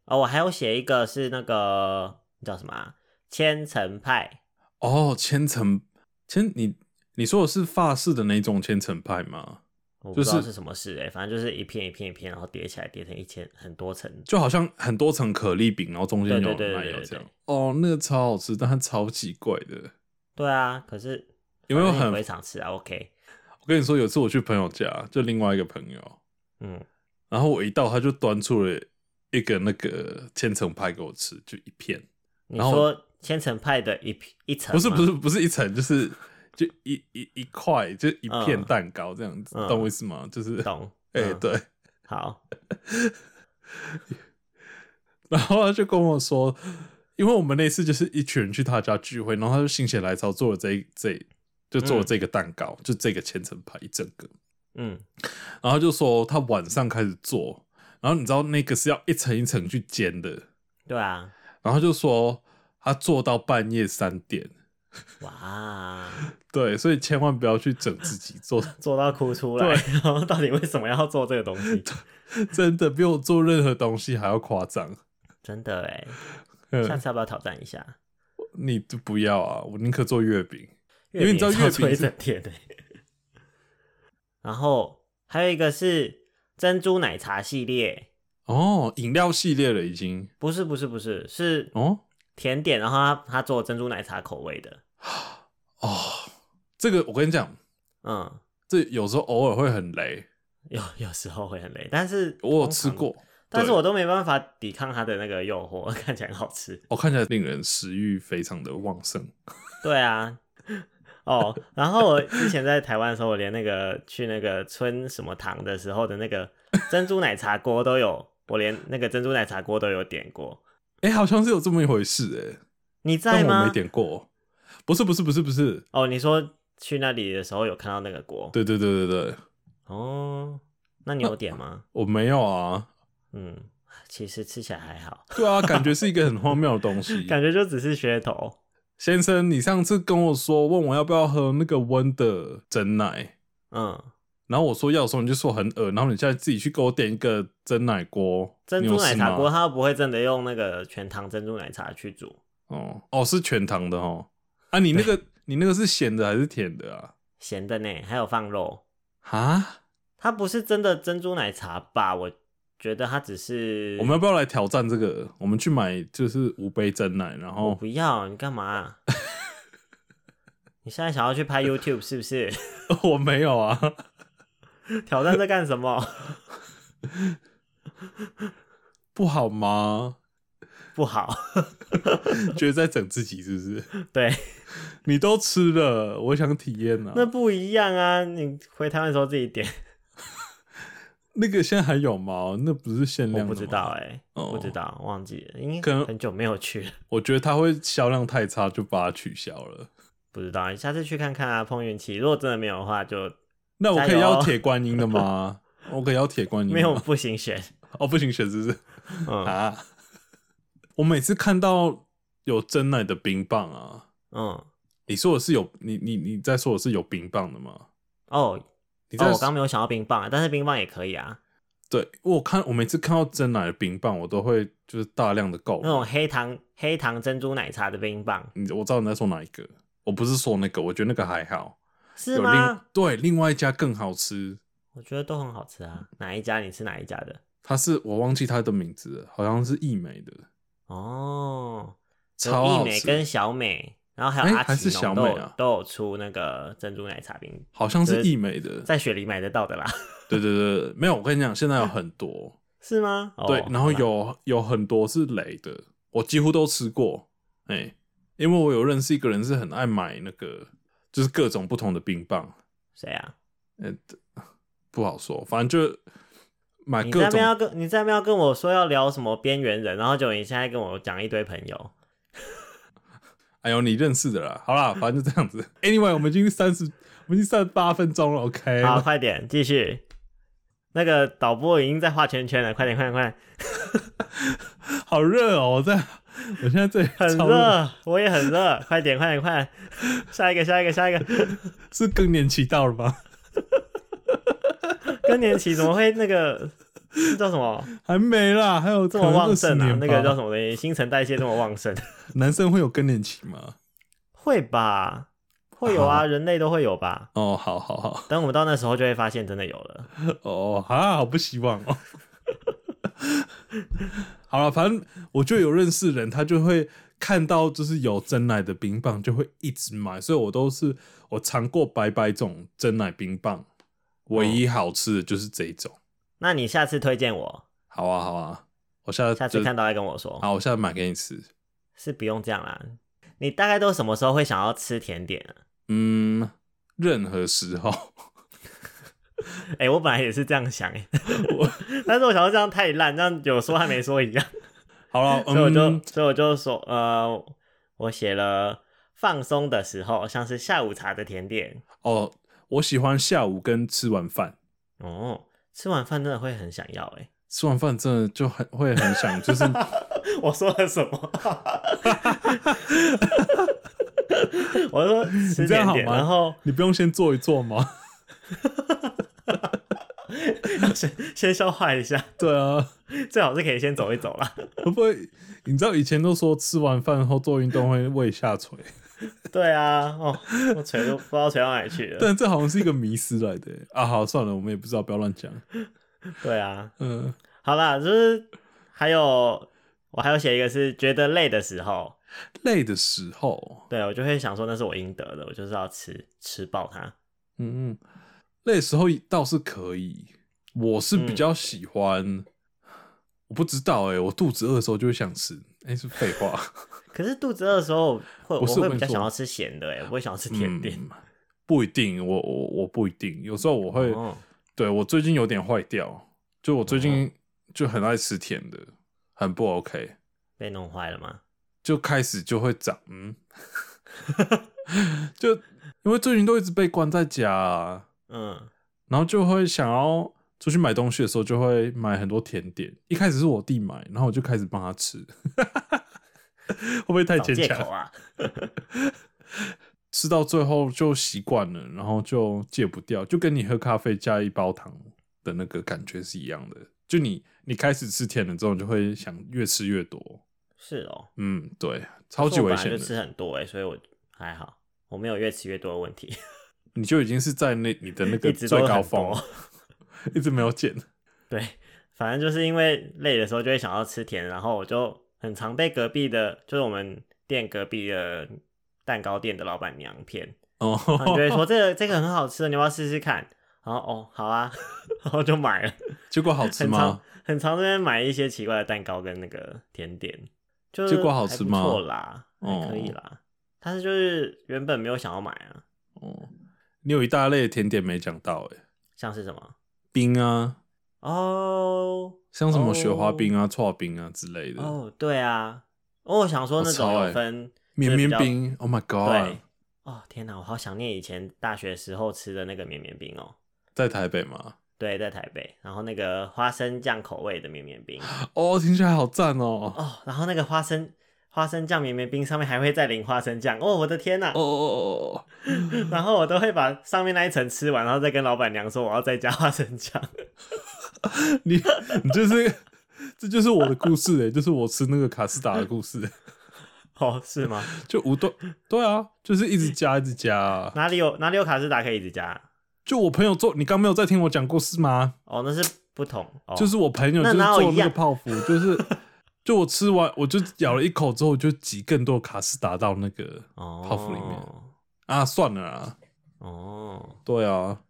[SPEAKER 2] 哦，我还有写一个是那个叫什么、啊、千层派，
[SPEAKER 1] 哦，千层千，你你说的是法式的那种千层派吗？
[SPEAKER 2] 我
[SPEAKER 1] 就
[SPEAKER 2] 不知道
[SPEAKER 1] 是
[SPEAKER 2] 是什么事哎、反正就是一片一片一片，然后叠起来叠成一千很多层。
[SPEAKER 1] 就好像很多层可丽饼，然后中间有
[SPEAKER 2] 对对对
[SPEAKER 1] 奶
[SPEAKER 2] 对
[SPEAKER 1] 油
[SPEAKER 2] 对
[SPEAKER 1] 这样
[SPEAKER 2] 对。
[SPEAKER 1] 哦，那个超好吃，但它超级贵的。
[SPEAKER 2] 对啊，可是
[SPEAKER 1] 有没有
[SPEAKER 2] 反正你
[SPEAKER 1] 很
[SPEAKER 2] 不会常吃啊？OK，
[SPEAKER 1] 我跟你说，有一次我去朋友家，就另外一个朋友，
[SPEAKER 2] 嗯，
[SPEAKER 1] 然后我一到，他就端出了一个那个千层派给我吃，就一片，
[SPEAKER 2] 你
[SPEAKER 1] 然后
[SPEAKER 2] 说千层派的一片一层
[SPEAKER 1] 不是
[SPEAKER 2] 吗
[SPEAKER 1] 不是不是一层，就是就一一一块，就一片
[SPEAKER 2] 嗯
[SPEAKER 1] 蛋糕这样子，
[SPEAKER 2] 嗯
[SPEAKER 1] 懂我意思吗？就是，
[SPEAKER 2] 懂？
[SPEAKER 1] 哎、
[SPEAKER 2] 嗯
[SPEAKER 1] 对。
[SPEAKER 2] 好，
[SPEAKER 1] 然后他就跟我说，因为我们那次就是一群人去他家聚会，然后他就心血来潮做了这一这一就做了这个蛋糕，就这个千层派一整个。
[SPEAKER 2] 嗯，
[SPEAKER 1] 然后他就说他晚上开始做，然后你知道那个是要一层一层去煎的，
[SPEAKER 2] 对啊，
[SPEAKER 1] 然后他就说他做到半夜三点。
[SPEAKER 2] 哇，
[SPEAKER 1] 对，所以千万不要去整自己做，
[SPEAKER 2] 做到哭出来，然后 到底为什么要做这个东西？
[SPEAKER 1] 真的比我做任何东西还要夸张。
[SPEAKER 2] 真的哎、下
[SPEAKER 1] 嗯
[SPEAKER 2] 次要不要挑战一下？
[SPEAKER 1] 你就不要啊，我宁可做月饼。因为你知道
[SPEAKER 2] 月饼
[SPEAKER 1] 月
[SPEAKER 2] 也是要做
[SPEAKER 1] 饼
[SPEAKER 2] 一
[SPEAKER 1] 是
[SPEAKER 2] 整天的。然后还有一个是珍珠奶茶系列，
[SPEAKER 1] 哦，饮料系列了已经
[SPEAKER 2] 不是不是不是是
[SPEAKER 1] 哦。
[SPEAKER 2] 甜点，然后它它做珍珠奶茶口味的，
[SPEAKER 1] 哦，这个我跟你讲，
[SPEAKER 2] 嗯，
[SPEAKER 1] 这有时候偶尔会很雷，
[SPEAKER 2] 有 有时候会很累，但是
[SPEAKER 1] 我有
[SPEAKER 2] 通
[SPEAKER 1] 吃
[SPEAKER 2] 常，
[SPEAKER 1] 过，
[SPEAKER 2] 但是
[SPEAKER 1] 对
[SPEAKER 2] 我都没办法抵抗它的那个诱惑， 看起来很好吃。
[SPEAKER 1] 我哦看起来令人食欲非常的旺盛。
[SPEAKER 2] 对啊，哦，然后我之前在台湾的时候，我连那个去那个村什么堂的时候的那个珍珠奶茶锅都有，我连那个珍珠奶茶锅都有点过。
[SPEAKER 1] 哎、好像是有这么一回事哎、
[SPEAKER 2] 你在
[SPEAKER 1] 但
[SPEAKER 2] 吗？
[SPEAKER 1] 我没点过。不是不是不是不是，
[SPEAKER 2] 哦，你说去那里的时候有看到那个锅？
[SPEAKER 1] 对对对对对，
[SPEAKER 2] 哦，那你有点吗？
[SPEAKER 1] 我没有啊。
[SPEAKER 2] 嗯，其实吃起来还好，
[SPEAKER 1] 对啊，感觉是一个很荒谬的东西。
[SPEAKER 2] 感觉就只是噱头。
[SPEAKER 1] 先生，你上次跟我说问我要不要喝那个温的真奶，
[SPEAKER 2] 嗯，
[SPEAKER 1] 然后我说要的时候你就说很恶，然后你现在自己去给我点一个真奶锅，
[SPEAKER 2] 珍
[SPEAKER 1] 你
[SPEAKER 2] 珠
[SPEAKER 1] 有
[SPEAKER 2] 奶
[SPEAKER 1] 事
[SPEAKER 2] 茶
[SPEAKER 1] 吗
[SPEAKER 2] 锅它又不会真的用那个全糖珍珠奶茶去煮，
[SPEAKER 1] 哦哦，是全糖的哦。啊，你那个你那个是咸的还是甜的啊？
[SPEAKER 2] 咸的呢，还有放肉。
[SPEAKER 1] 啊，
[SPEAKER 2] 它不是真的珍珠奶茶吧？我觉得它只是
[SPEAKER 1] 我们要不要来挑战这个？我哦们去买就是五杯真奶，然
[SPEAKER 2] 我
[SPEAKER 1] 后
[SPEAKER 2] 不要你干嘛、 你现在想要去拍 YouTube 是不是？
[SPEAKER 1] 我没有啊，
[SPEAKER 2] 挑战在干什么？
[SPEAKER 1] 不好吗？
[SPEAKER 2] 不好，
[SPEAKER 1] 觉得在整自己是不是？
[SPEAKER 2] 对，
[SPEAKER 1] 你都吃了，我想体验啊。
[SPEAKER 2] 那不一样啊！你回台湾的时候自己点，
[SPEAKER 1] 那个现在还有吗？那不是限
[SPEAKER 2] 我
[SPEAKER 1] 量的
[SPEAKER 2] 不
[SPEAKER 1] 吗
[SPEAKER 2] 知道哎、
[SPEAKER 1] 哦
[SPEAKER 2] 不知道，忘记了，因
[SPEAKER 1] 可
[SPEAKER 2] 为
[SPEAKER 1] 能
[SPEAKER 2] 很久没有去了，
[SPEAKER 1] 我觉得它会销量太差，就把它取消了。
[SPEAKER 2] 不知道。你下次去看看啊，碰运气。如果真的没有的话，就
[SPEAKER 1] 那我可
[SPEAKER 2] 加
[SPEAKER 1] 以
[SPEAKER 2] 油哦
[SPEAKER 1] 要铁观音的 吗？我可以要铁观音的吗
[SPEAKER 2] 没有不行选。
[SPEAKER 1] 哦，不行，选是不是、
[SPEAKER 2] 嗯
[SPEAKER 1] 啊？ 我每次看到有真奶的冰棒啊，
[SPEAKER 2] 嗯，
[SPEAKER 1] 你说我是有你你你在说我是有冰棒的吗？
[SPEAKER 2] 哦
[SPEAKER 1] 你在、
[SPEAKER 2] 哦，我刚没有想到冰棒啊，但是冰棒也可以啊，
[SPEAKER 1] 对我看我每次看到真奶的冰棒，我都会就是大量的购
[SPEAKER 2] 那
[SPEAKER 1] 买。
[SPEAKER 2] 种黑糖黑糖珍珠奶茶的冰棒
[SPEAKER 1] 你我知道你在说哪一个，我不是说那个，我觉得那个还好。
[SPEAKER 2] 是
[SPEAKER 1] 有另
[SPEAKER 2] 吗？
[SPEAKER 1] 对另外一家更好吃，
[SPEAKER 2] 我觉得都很好吃啊。哪一家？你吃哪一家的？
[SPEAKER 1] 它是我忘记它的名字了，好像是益美的，
[SPEAKER 2] 哦，有
[SPEAKER 1] 超
[SPEAKER 2] 益
[SPEAKER 1] 好
[SPEAKER 2] 美
[SPEAKER 1] 吃，
[SPEAKER 2] 跟小美，然后还
[SPEAKER 1] 哎
[SPEAKER 2] 有阿
[SPEAKER 1] 还是
[SPEAKER 2] 奇
[SPEAKER 1] 小
[SPEAKER 2] 农都
[SPEAKER 1] 美
[SPEAKER 2] 有
[SPEAKER 1] 啊
[SPEAKER 2] 都有出那个珍珠奶茶冰，
[SPEAKER 1] 好像
[SPEAKER 2] 就是是
[SPEAKER 1] 益美的。
[SPEAKER 2] 在雪梨买得到的啦，
[SPEAKER 1] 对对对，对没有，我跟你讲，现在有很多，
[SPEAKER 2] 是吗？哦
[SPEAKER 1] 对，然后
[SPEAKER 2] 好啦
[SPEAKER 1] 有有很多是雷的，我几乎都吃过，哎、因为我有认识一个人是很爱买那个，就是各种不同的冰棒，
[SPEAKER 2] 谁啊？
[SPEAKER 1] 不好说，反正就买
[SPEAKER 2] 你
[SPEAKER 1] 啊各
[SPEAKER 2] 在那
[SPEAKER 1] 种
[SPEAKER 2] 边要跟你在那边要跟我说要聊什么边缘人，然后就你现在跟我讲一堆朋友，
[SPEAKER 1] 哎呦，你认识的啦。好啦，反正就这样子。Anyway，我们已 经三十，我们已经三十八分钟了。OK，
[SPEAKER 2] 好，快点继续。那个导播已经在画圈圈了，快点，快点，快点！
[SPEAKER 1] 好热哦！我在，我现在这里
[SPEAKER 2] 很
[SPEAKER 1] 超，
[SPEAKER 2] 热，我也很热，快点，快点，快点！下一个，下一个，下一个！
[SPEAKER 1] 是更年期到了吗？
[SPEAKER 2] 更年期怎么会那个这叫什么
[SPEAKER 1] 还没啦，还有
[SPEAKER 2] 这么旺
[SPEAKER 1] 可
[SPEAKER 2] 盛
[SPEAKER 1] 能20
[SPEAKER 2] 啊？
[SPEAKER 1] 年吧
[SPEAKER 2] 那个叫什么东西？新陈代谢这么旺盛，
[SPEAKER 1] 男生会有更年期吗？
[SPEAKER 2] 会吧？会有啊，人类都会有吧？
[SPEAKER 1] 哦，好好好，
[SPEAKER 2] 等我们到那时候就会发现真的有了。
[SPEAKER 1] 哦，啊，好不希望哦。 好了，反正我就有认识人，他就会看到就是有真奶的冰棒，就会一直买，所以我都是我尝过百百种真奶冰棒，唯一好吃的就是这一种。
[SPEAKER 2] 那你下次推荐我，
[SPEAKER 1] 好啊，好啊，我下次
[SPEAKER 2] 下次看到再跟我说。
[SPEAKER 1] 好，我下次买给你吃。
[SPEAKER 2] 是不用这样啦。你大概都什么时候会想要吃甜点啊？
[SPEAKER 1] 嗯，任何时候，
[SPEAKER 2] 哎、我本来也是这样想哎、 但是我想到这样太烂，这样有说还没说一样，
[SPEAKER 1] 好了，
[SPEAKER 2] 所以我就、
[SPEAKER 1] 嗯
[SPEAKER 2] 所以我就说呃，我写了放松的时候，像是下午茶的甜点
[SPEAKER 1] 哦，我喜欢下午跟吃完饭，
[SPEAKER 2] 哦，吃完饭真的会很想要哎、
[SPEAKER 1] 吃完饭真的就很会很想，就是
[SPEAKER 2] 我说了什么？ 我 说吃
[SPEAKER 1] 你这样
[SPEAKER 2] 甜
[SPEAKER 1] 好
[SPEAKER 2] 点，
[SPEAKER 1] 吗
[SPEAKER 2] 然后
[SPEAKER 1] 你不用先坐一坐吗？
[SPEAKER 2] 要先先消化一下，
[SPEAKER 1] 对啊，
[SPEAKER 2] 最好是可以先走一走啦。
[SPEAKER 1] 会不会？你知道以前都说吃完饭后做运动会胃下 垂，
[SPEAKER 2] 对啊，哦，我锤都不知道锤到哪里去了。
[SPEAKER 1] 但这好像是一个迷思来的欸啊。好，算了，我们也不知道，不要乱讲。
[SPEAKER 2] 对啊，
[SPEAKER 1] 嗯，
[SPEAKER 2] 好啦，就是还有我还有写一个是觉得累的时候，
[SPEAKER 1] 累的时候，
[SPEAKER 2] 对我就会想说那是我应得的，我就是要吃吃爆它。
[SPEAKER 1] 嗯嗯，累的时候倒是可以，我是比较喜欢。
[SPEAKER 2] 嗯
[SPEAKER 1] 我不知道哎、我肚子饿的时候就会想吃，哎、是废话。
[SPEAKER 2] 可是肚子饿的时候，会我
[SPEAKER 1] 不是
[SPEAKER 2] 会
[SPEAKER 1] 我跟
[SPEAKER 2] 比
[SPEAKER 1] 你
[SPEAKER 2] 较
[SPEAKER 1] 说
[SPEAKER 2] 想要吃咸的，哎，我不会想要吃 甜点。
[SPEAKER 1] 嗯不一定，我我我不一定，有时候我会，
[SPEAKER 2] 哦，
[SPEAKER 1] 对我最近有点坏掉，就我最近就很爱吃甜的，很不 OK，
[SPEAKER 2] 被弄坏了吗？
[SPEAKER 1] 就开始就会长，嗯， 就因为最近都一直被关在家、啊，
[SPEAKER 2] 嗯，
[SPEAKER 1] 然后就会想要出去买东西的时候，就会买很多甜点。一开始是我弟买，然后我就开始帮他吃， 会不会太
[SPEAKER 2] 找
[SPEAKER 1] 牵
[SPEAKER 2] 借
[SPEAKER 1] 强？
[SPEAKER 2] 口啊。
[SPEAKER 1] 吃到最后就习惯了，然后就戒不掉，就跟你喝咖啡加一包糖的那个感觉是一样的。就你你开始吃甜的之后，你就会想越吃越多。
[SPEAKER 2] 是哦，
[SPEAKER 1] 嗯，对，超级
[SPEAKER 2] 可是我
[SPEAKER 1] 危
[SPEAKER 2] 本来
[SPEAKER 1] 险
[SPEAKER 2] 就吃
[SPEAKER 1] 的。
[SPEAKER 2] 很多哎，所以我还好，我没有越吃越多的问题，
[SPEAKER 1] 你就已经是在那你的那个
[SPEAKER 2] 一直都
[SPEAKER 1] 最
[SPEAKER 2] 很
[SPEAKER 1] 高峰
[SPEAKER 2] 多，
[SPEAKER 1] 一直没有减。
[SPEAKER 2] 对，反正就是因为累的时候就会想要吃甜，然后我就很常被隔壁的，就是我们店隔壁的蛋糕店的老板娘骗，
[SPEAKER 1] 哦，
[SPEAKER 2] 然后你就会说这个这个很好吃，你要不要试试看？然后哦，好啊， 然后就买了。
[SPEAKER 1] 结果好吃
[SPEAKER 2] 很常
[SPEAKER 1] 吗？
[SPEAKER 2] 很常这边买一些奇怪的蛋糕跟那个甜点，就是
[SPEAKER 1] 结果好吃吗
[SPEAKER 2] 还不错啦，还可以
[SPEAKER 1] 哦
[SPEAKER 2] 啦。但是就是原本没有想要买啊，
[SPEAKER 1] 哦，你有一大类的甜点没讲到、欸，哎，
[SPEAKER 2] 像是什么
[SPEAKER 1] 冰啊，
[SPEAKER 2] 哦
[SPEAKER 1] 像什么雪花
[SPEAKER 2] 哦
[SPEAKER 1] 冰啊、串冰啊之类的，
[SPEAKER 2] 哦，对啊，哦，我想说
[SPEAKER 1] 我
[SPEAKER 2] 那种
[SPEAKER 1] 超爱
[SPEAKER 2] 有分
[SPEAKER 1] 绵绵
[SPEAKER 2] 就是比较
[SPEAKER 1] 冰，Oh my
[SPEAKER 2] 对
[SPEAKER 1] God，，
[SPEAKER 2] 哦天哪，我好想念以前大学时候吃的那个绵绵冰哦。
[SPEAKER 1] 在台北吗？
[SPEAKER 2] 对，在台北，然后那个花生酱口味的绵绵冰
[SPEAKER 1] 哦，听起来好赞哦！
[SPEAKER 2] 哦，然后那个花生花生酱绵绵冰上面还会再淋花生酱哦，我的天哪！
[SPEAKER 1] 哦哦哦
[SPEAKER 2] 然后我都会把上面那一层吃完，然后再跟老板娘说我要再加花生酱。
[SPEAKER 1] 哦，你你就是，这就是我的故事哎、就是我吃那个卡斯达的故事，
[SPEAKER 2] 哦，是吗？
[SPEAKER 1] 就无端对啊，就是一直加一直加、啊。
[SPEAKER 2] 哪里有哪里有卡士达可以一直加？
[SPEAKER 1] 就我朋友做，你刚没有在听我讲故事吗？
[SPEAKER 2] 哦，那是不同，哦、
[SPEAKER 1] 就是我朋友就
[SPEAKER 2] 那
[SPEAKER 1] 是
[SPEAKER 2] 哪有
[SPEAKER 1] 做
[SPEAKER 2] 一
[SPEAKER 1] 那个
[SPEAKER 2] 样
[SPEAKER 1] 泡 芙，就是就我吃完我就咬了一口之后，我就挤更多卡斯达到那个
[SPEAKER 2] 哦
[SPEAKER 1] 泡芙里面啊，算了啦，
[SPEAKER 2] 哦，
[SPEAKER 1] 对啊，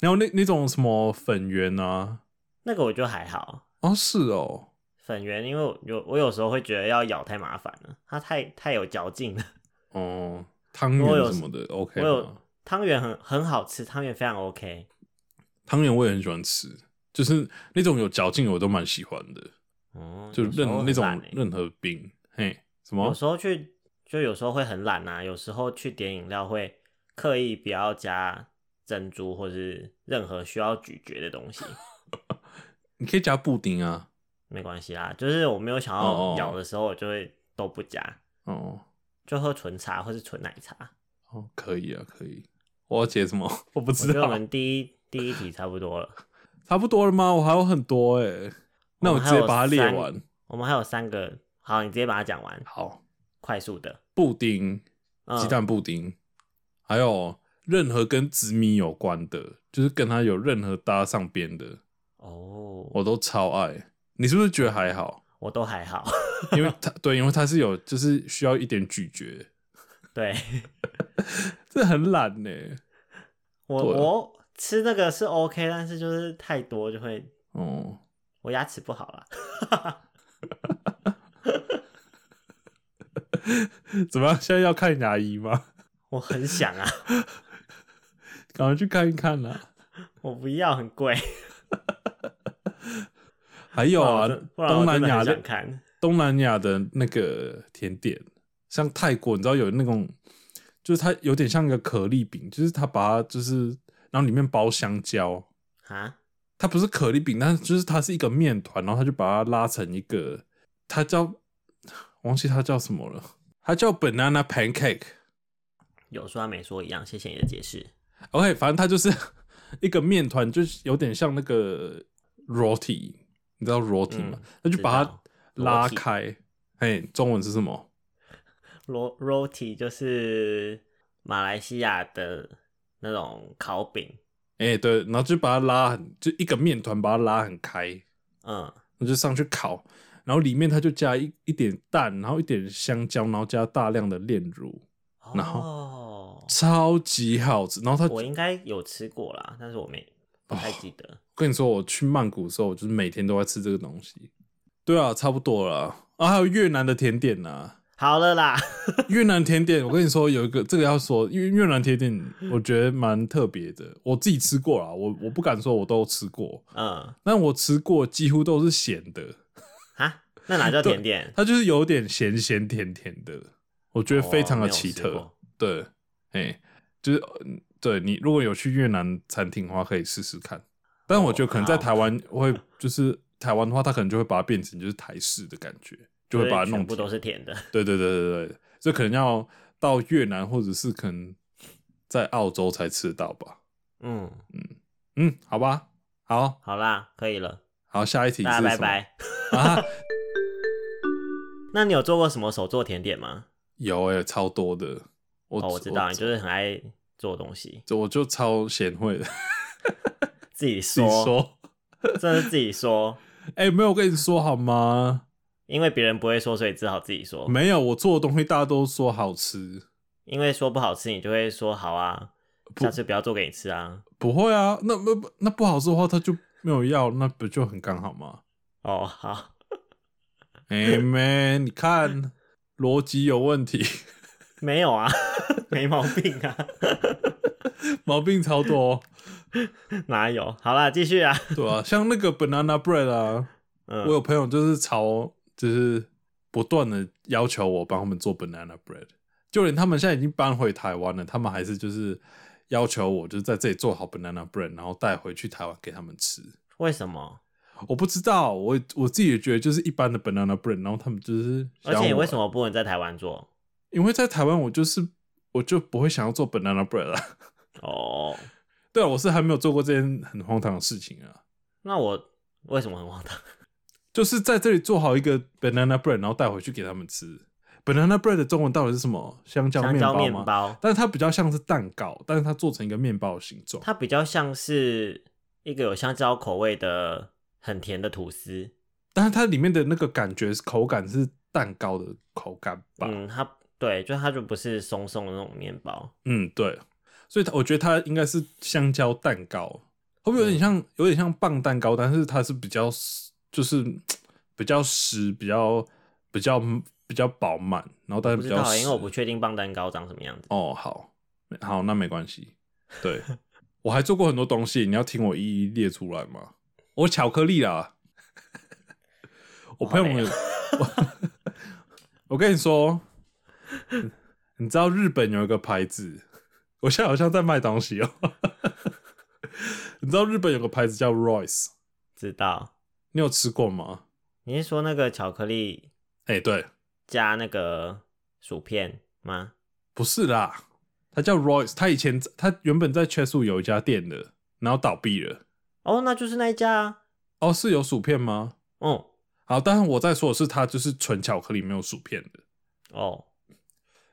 [SPEAKER 1] 然后那那种什么粉圆啊，
[SPEAKER 2] 那个我就还好。
[SPEAKER 1] 哦是哦，
[SPEAKER 2] 粉圆，因为我有我有时候会觉得要咬太麻烦了，它太太有嚼劲了。
[SPEAKER 1] 哦汤
[SPEAKER 2] 我
[SPEAKER 1] 圆
[SPEAKER 2] 有
[SPEAKER 1] 什么的 OK 啊
[SPEAKER 2] 我有
[SPEAKER 1] 吗？
[SPEAKER 2] 汤圆很很好吃，汤圆非常 OK。
[SPEAKER 1] 汤圆我也很喜欢吃，就是那种有嚼劲的我都蛮喜欢的，
[SPEAKER 2] 哦，
[SPEAKER 1] 就
[SPEAKER 2] 有时
[SPEAKER 1] 任
[SPEAKER 2] 候很
[SPEAKER 1] 那种
[SPEAKER 2] 懒欸
[SPEAKER 1] 任何冰，嘿，什
[SPEAKER 2] 有
[SPEAKER 1] 么
[SPEAKER 2] 时候去就有时候会很懒呐、有时候去点饮料会刻意不要加珍珠或是任何需要咀嚼的东西，
[SPEAKER 1] 你可以加布丁啊，
[SPEAKER 2] 没关系啦。就是我没有想
[SPEAKER 1] 哦哦
[SPEAKER 2] 要咬的时候，我就会都不加，
[SPEAKER 1] 哦
[SPEAKER 2] 就喝纯茶或是纯奶茶。
[SPEAKER 1] 哦可以啊可以，我要解什么 我不
[SPEAKER 2] 我
[SPEAKER 1] 知
[SPEAKER 2] 觉得我
[SPEAKER 1] 道。
[SPEAKER 2] 们第一第一题差不多了，
[SPEAKER 1] 差不多了吗？我还有很多哎、那我直接把它列
[SPEAKER 2] 我们还有
[SPEAKER 1] 完
[SPEAKER 2] 三。我们还有三个，好，你直接把它讲完，
[SPEAKER 1] 好，
[SPEAKER 2] 快速的。
[SPEAKER 1] 布丁、
[SPEAKER 2] 嗯
[SPEAKER 1] 鸡蛋布丁，还有任何跟紫米有关的，就是跟它有任何搭上边的，
[SPEAKER 2] 哦，
[SPEAKER 1] 我都超爱。你是不是觉得还好？
[SPEAKER 2] 我都还好，
[SPEAKER 1] 因为 它对，因为它是有就是需要一点咀嚼，
[SPEAKER 2] 对
[SPEAKER 1] 这很懒欸呢、
[SPEAKER 2] 我
[SPEAKER 1] 对啊
[SPEAKER 2] 我吃那个是 OK，但是就是太多就会
[SPEAKER 1] 哦，
[SPEAKER 2] 我牙齿不好啦。
[SPEAKER 1] 怎么样？现在要看牙医吗？
[SPEAKER 2] 我很想啊，
[SPEAKER 1] 赶快去看一看啊啦、
[SPEAKER 2] 我不要，很贵。
[SPEAKER 1] 还有啊
[SPEAKER 2] 不然我真，不然
[SPEAKER 1] 东
[SPEAKER 2] 我
[SPEAKER 1] 南
[SPEAKER 2] 真的
[SPEAKER 1] 亚
[SPEAKER 2] 很
[SPEAKER 1] 的
[SPEAKER 2] 想看。
[SPEAKER 1] 东南亚的那个甜点，像泰国，你知道有那种，就是它有点像一个可丽饼，就是它把它就是，然后里面包香蕉，
[SPEAKER 2] 啊，
[SPEAKER 1] 它不是可丽饼，但是就是它是一个面团，然后它就把它拉成一个，它叫忘记它叫什么了，它叫 banana pancake。
[SPEAKER 2] 有说没说一样，谢谢你的解释。
[SPEAKER 1] OK，反正它就是一个面团，就是有点像那个 roti，你知道 roti 吗？
[SPEAKER 2] 嗯
[SPEAKER 1] 那就把它
[SPEAKER 2] 知道
[SPEAKER 1] 拉
[SPEAKER 2] roti
[SPEAKER 1] 开。哎，中文是什么？
[SPEAKER 2] 罗 roti 就是马来西亚的那种烤饼，
[SPEAKER 1] 哎、对，然后就把它拉很，就一个面团把它拉很开，然
[SPEAKER 2] 嗯，
[SPEAKER 1] 后就上去烤，然后里面它就加一一点蛋，然后一点香蕉，然后加大量的炼乳，然后
[SPEAKER 2] 哦，
[SPEAKER 1] 超级好吃。然后它，哦
[SPEAKER 2] 我
[SPEAKER 1] 我
[SPEAKER 2] 应该有吃过啦，但是我没不太记得。
[SPEAKER 1] 跟你说，我去曼谷的时候，我就是每天都在吃这个东西。对啊，差不多了啊。啊还有越南的甜点呐、
[SPEAKER 2] 好了啦，
[SPEAKER 1] 越南甜点，我跟你说有一个这个要说，因为越南甜点我觉得蛮特别的，我自己吃过啦，我我不敢说我都吃过，
[SPEAKER 2] 嗯，
[SPEAKER 1] 但我吃过几乎都是咸的。
[SPEAKER 2] 哈，那哪叫甜点？
[SPEAKER 1] 它就是有点咸咸甜甜的，我觉得非常的
[SPEAKER 2] 哦
[SPEAKER 1] 奇特。
[SPEAKER 2] 没有吃过
[SPEAKER 1] 对，哎、就是嗯对你如果有去越南餐厅的话，可以试试看。但我觉得可能在
[SPEAKER 2] 哦好
[SPEAKER 1] 台湾会，就是台湾的话，它可能就会把它变成就是台式的感觉，就会把它
[SPEAKER 2] 所以
[SPEAKER 1] 弄
[SPEAKER 2] 全部都
[SPEAKER 1] 甜
[SPEAKER 2] 是甜的。
[SPEAKER 1] 对对对对对，这可能要到越南或者是可能在澳洲才吃得到吧。
[SPEAKER 2] 嗯，
[SPEAKER 1] 嗯，好吧，好
[SPEAKER 2] 好啦，可以了，
[SPEAKER 1] 好，下一题是
[SPEAKER 2] 大
[SPEAKER 1] 什
[SPEAKER 2] 家
[SPEAKER 1] 么
[SPEAKER 2] 拜拜。
[SPEAKER 1] 啊？
[SPEAKER 2] 那你有做过什么手做甜点吗？
[SPEAKER 1] 有哎、超多的。我
[SPEAKER 2] 哦，我知道，你就是很爱做东西，
[SPEAKER 1] 就我就超贤惠的，
[SPEAKER 2] 自 己
[SPEAKER 1] 自己说，
[SPEAKER 2] 真的是自己说，
[SPEAKER 1] 哎、没有我跟你说好吗？
[SPEAKER 2] 因为别人不会说，所以只好自己说。
[SPEAKER 1] 没有，我做的东西大家都说好吃，
[SPEAKER 2] 因为说不好吃，你就会说好啊，
[SPEAKER 1] 不
[SPEAKER 2] 下次不要做给你吃啊。
[SPEAKER 1] 不会啊，那那那不好吃的话，他就没有要，那不就很刚好吗？
[SPEAKER 2] 哦，好，
[SPEAKER 1] 哎、man，你看逻辑有问题，
[SPEAKER 2] 没有啊， 没毛病啊，
[SPEAKER 1] 毛病超多、
[SPEAKER 2] 哪有？好啦，继续啊。
[SPEAKER 1] 对啊，像那个 banana bread 啊，我
[SPEAKER 2] 嗯，
[SPEAKER 1] 有朋友就是朝就是不断的要求我帮他们做 banana bread，就连他们现在已经搬回台湾了，他们还是就是要求我就是在这里做好 banana bread，然后带回去台湾给他们吃。
[SPEAKER 2] 为什么？
[SPEAKER 1] 我不知道，我我自己也觉得就是一般的 banana bread，然后他们就是想
[SPEAKER 2] 而
[SPEAKER 1] 要我
[SPEAKER 2] 且你为什么不能在台湾做？
[SPEAKER 1] 因为在台湾我就是我就不会想要做 banana bread 了。
[SPEAKER 2] 哦，
[SPEAKER 1] 对啊，我是还没有做过这件很荒唐的事情啊。
[SPEAKER 2] 那我为什么很荒唐？
[SPEAKER 1] 就是在这里做好一个 banana bread，然后带回去给他们吃。banana bread 的中文到底是什么？香蕉
[SPEAKER 2] 香
[SPEAKER 1] 面
[SPEAKER 2] 蕉
[SPEAKER 1] 包
[SPEAKER 2] 面
[SPEAKER 1] 吗？
[SPEAKER 2] 包，
[SPEAKER 1] 但是它比较像是蛋糕，但是它做成一个面包的形状。
[SPEAKER 2] 它比较像是一个有香蕉口味的很甜的吐司。
[SPEAKER 1] 但是它里面的那个感觉口感是蛋糕的口感吧？嗯
[SPEAKER 2] 嗯，它对，就它就不是松松的那种面包。
[SPEAKER 1] 嗯对。所以它我觉得它应该是香蕉蛋糕，会不会有
[SPEAKER 2] 嗯
[SPEAKER 1] 点像有点像棒蛋糕？但是它是比较就是嗯比较实，比较比较比较饱满，然后但是
[SPEAKER 2] 不
[SPEAKER 1] 比
[SPEAKER 2] 知
[SPEAKER 1] 较
[SPEAKER 2] 道，欸
[SPEAKER 1] 实。
[SPEAKER 2] 因为我不确定棒蛋糕长什么样子。
[SPEAKER 1] 哦，好，好，那没关系。对我还做过很多东西，你要听我一一列出来吗？我巧克力啦，我朋友们有，我我跟你说，你知道日本有一个牌子，我现在好像在卖东西哦、 你知道日本有个牌子叫 Royce，
[SPEAKER 2] 知道？
[SPEAKER 1] 你有吃过吗？
[SPEAKER 2] 你是说那个巧克力
[SPEAKER 1] 哎、对，
[SPEAKER 2] 加那个薯片吗？
[SPEAKER 1] 不是啦，它叫 Royce，它以前它原本在 c h e s 有一家店的，然后倒闭了。
[SPEAKER 2] 哦，那就是那一家啊。
[SPEAKER 1] 哦，是有薯片吗？
[SPEAKER 2] 哦
[SPEAKER 1] 好，但是我在说的是它就是纯巧克力，没有薯片的。
[SPEAKER 2] 哦，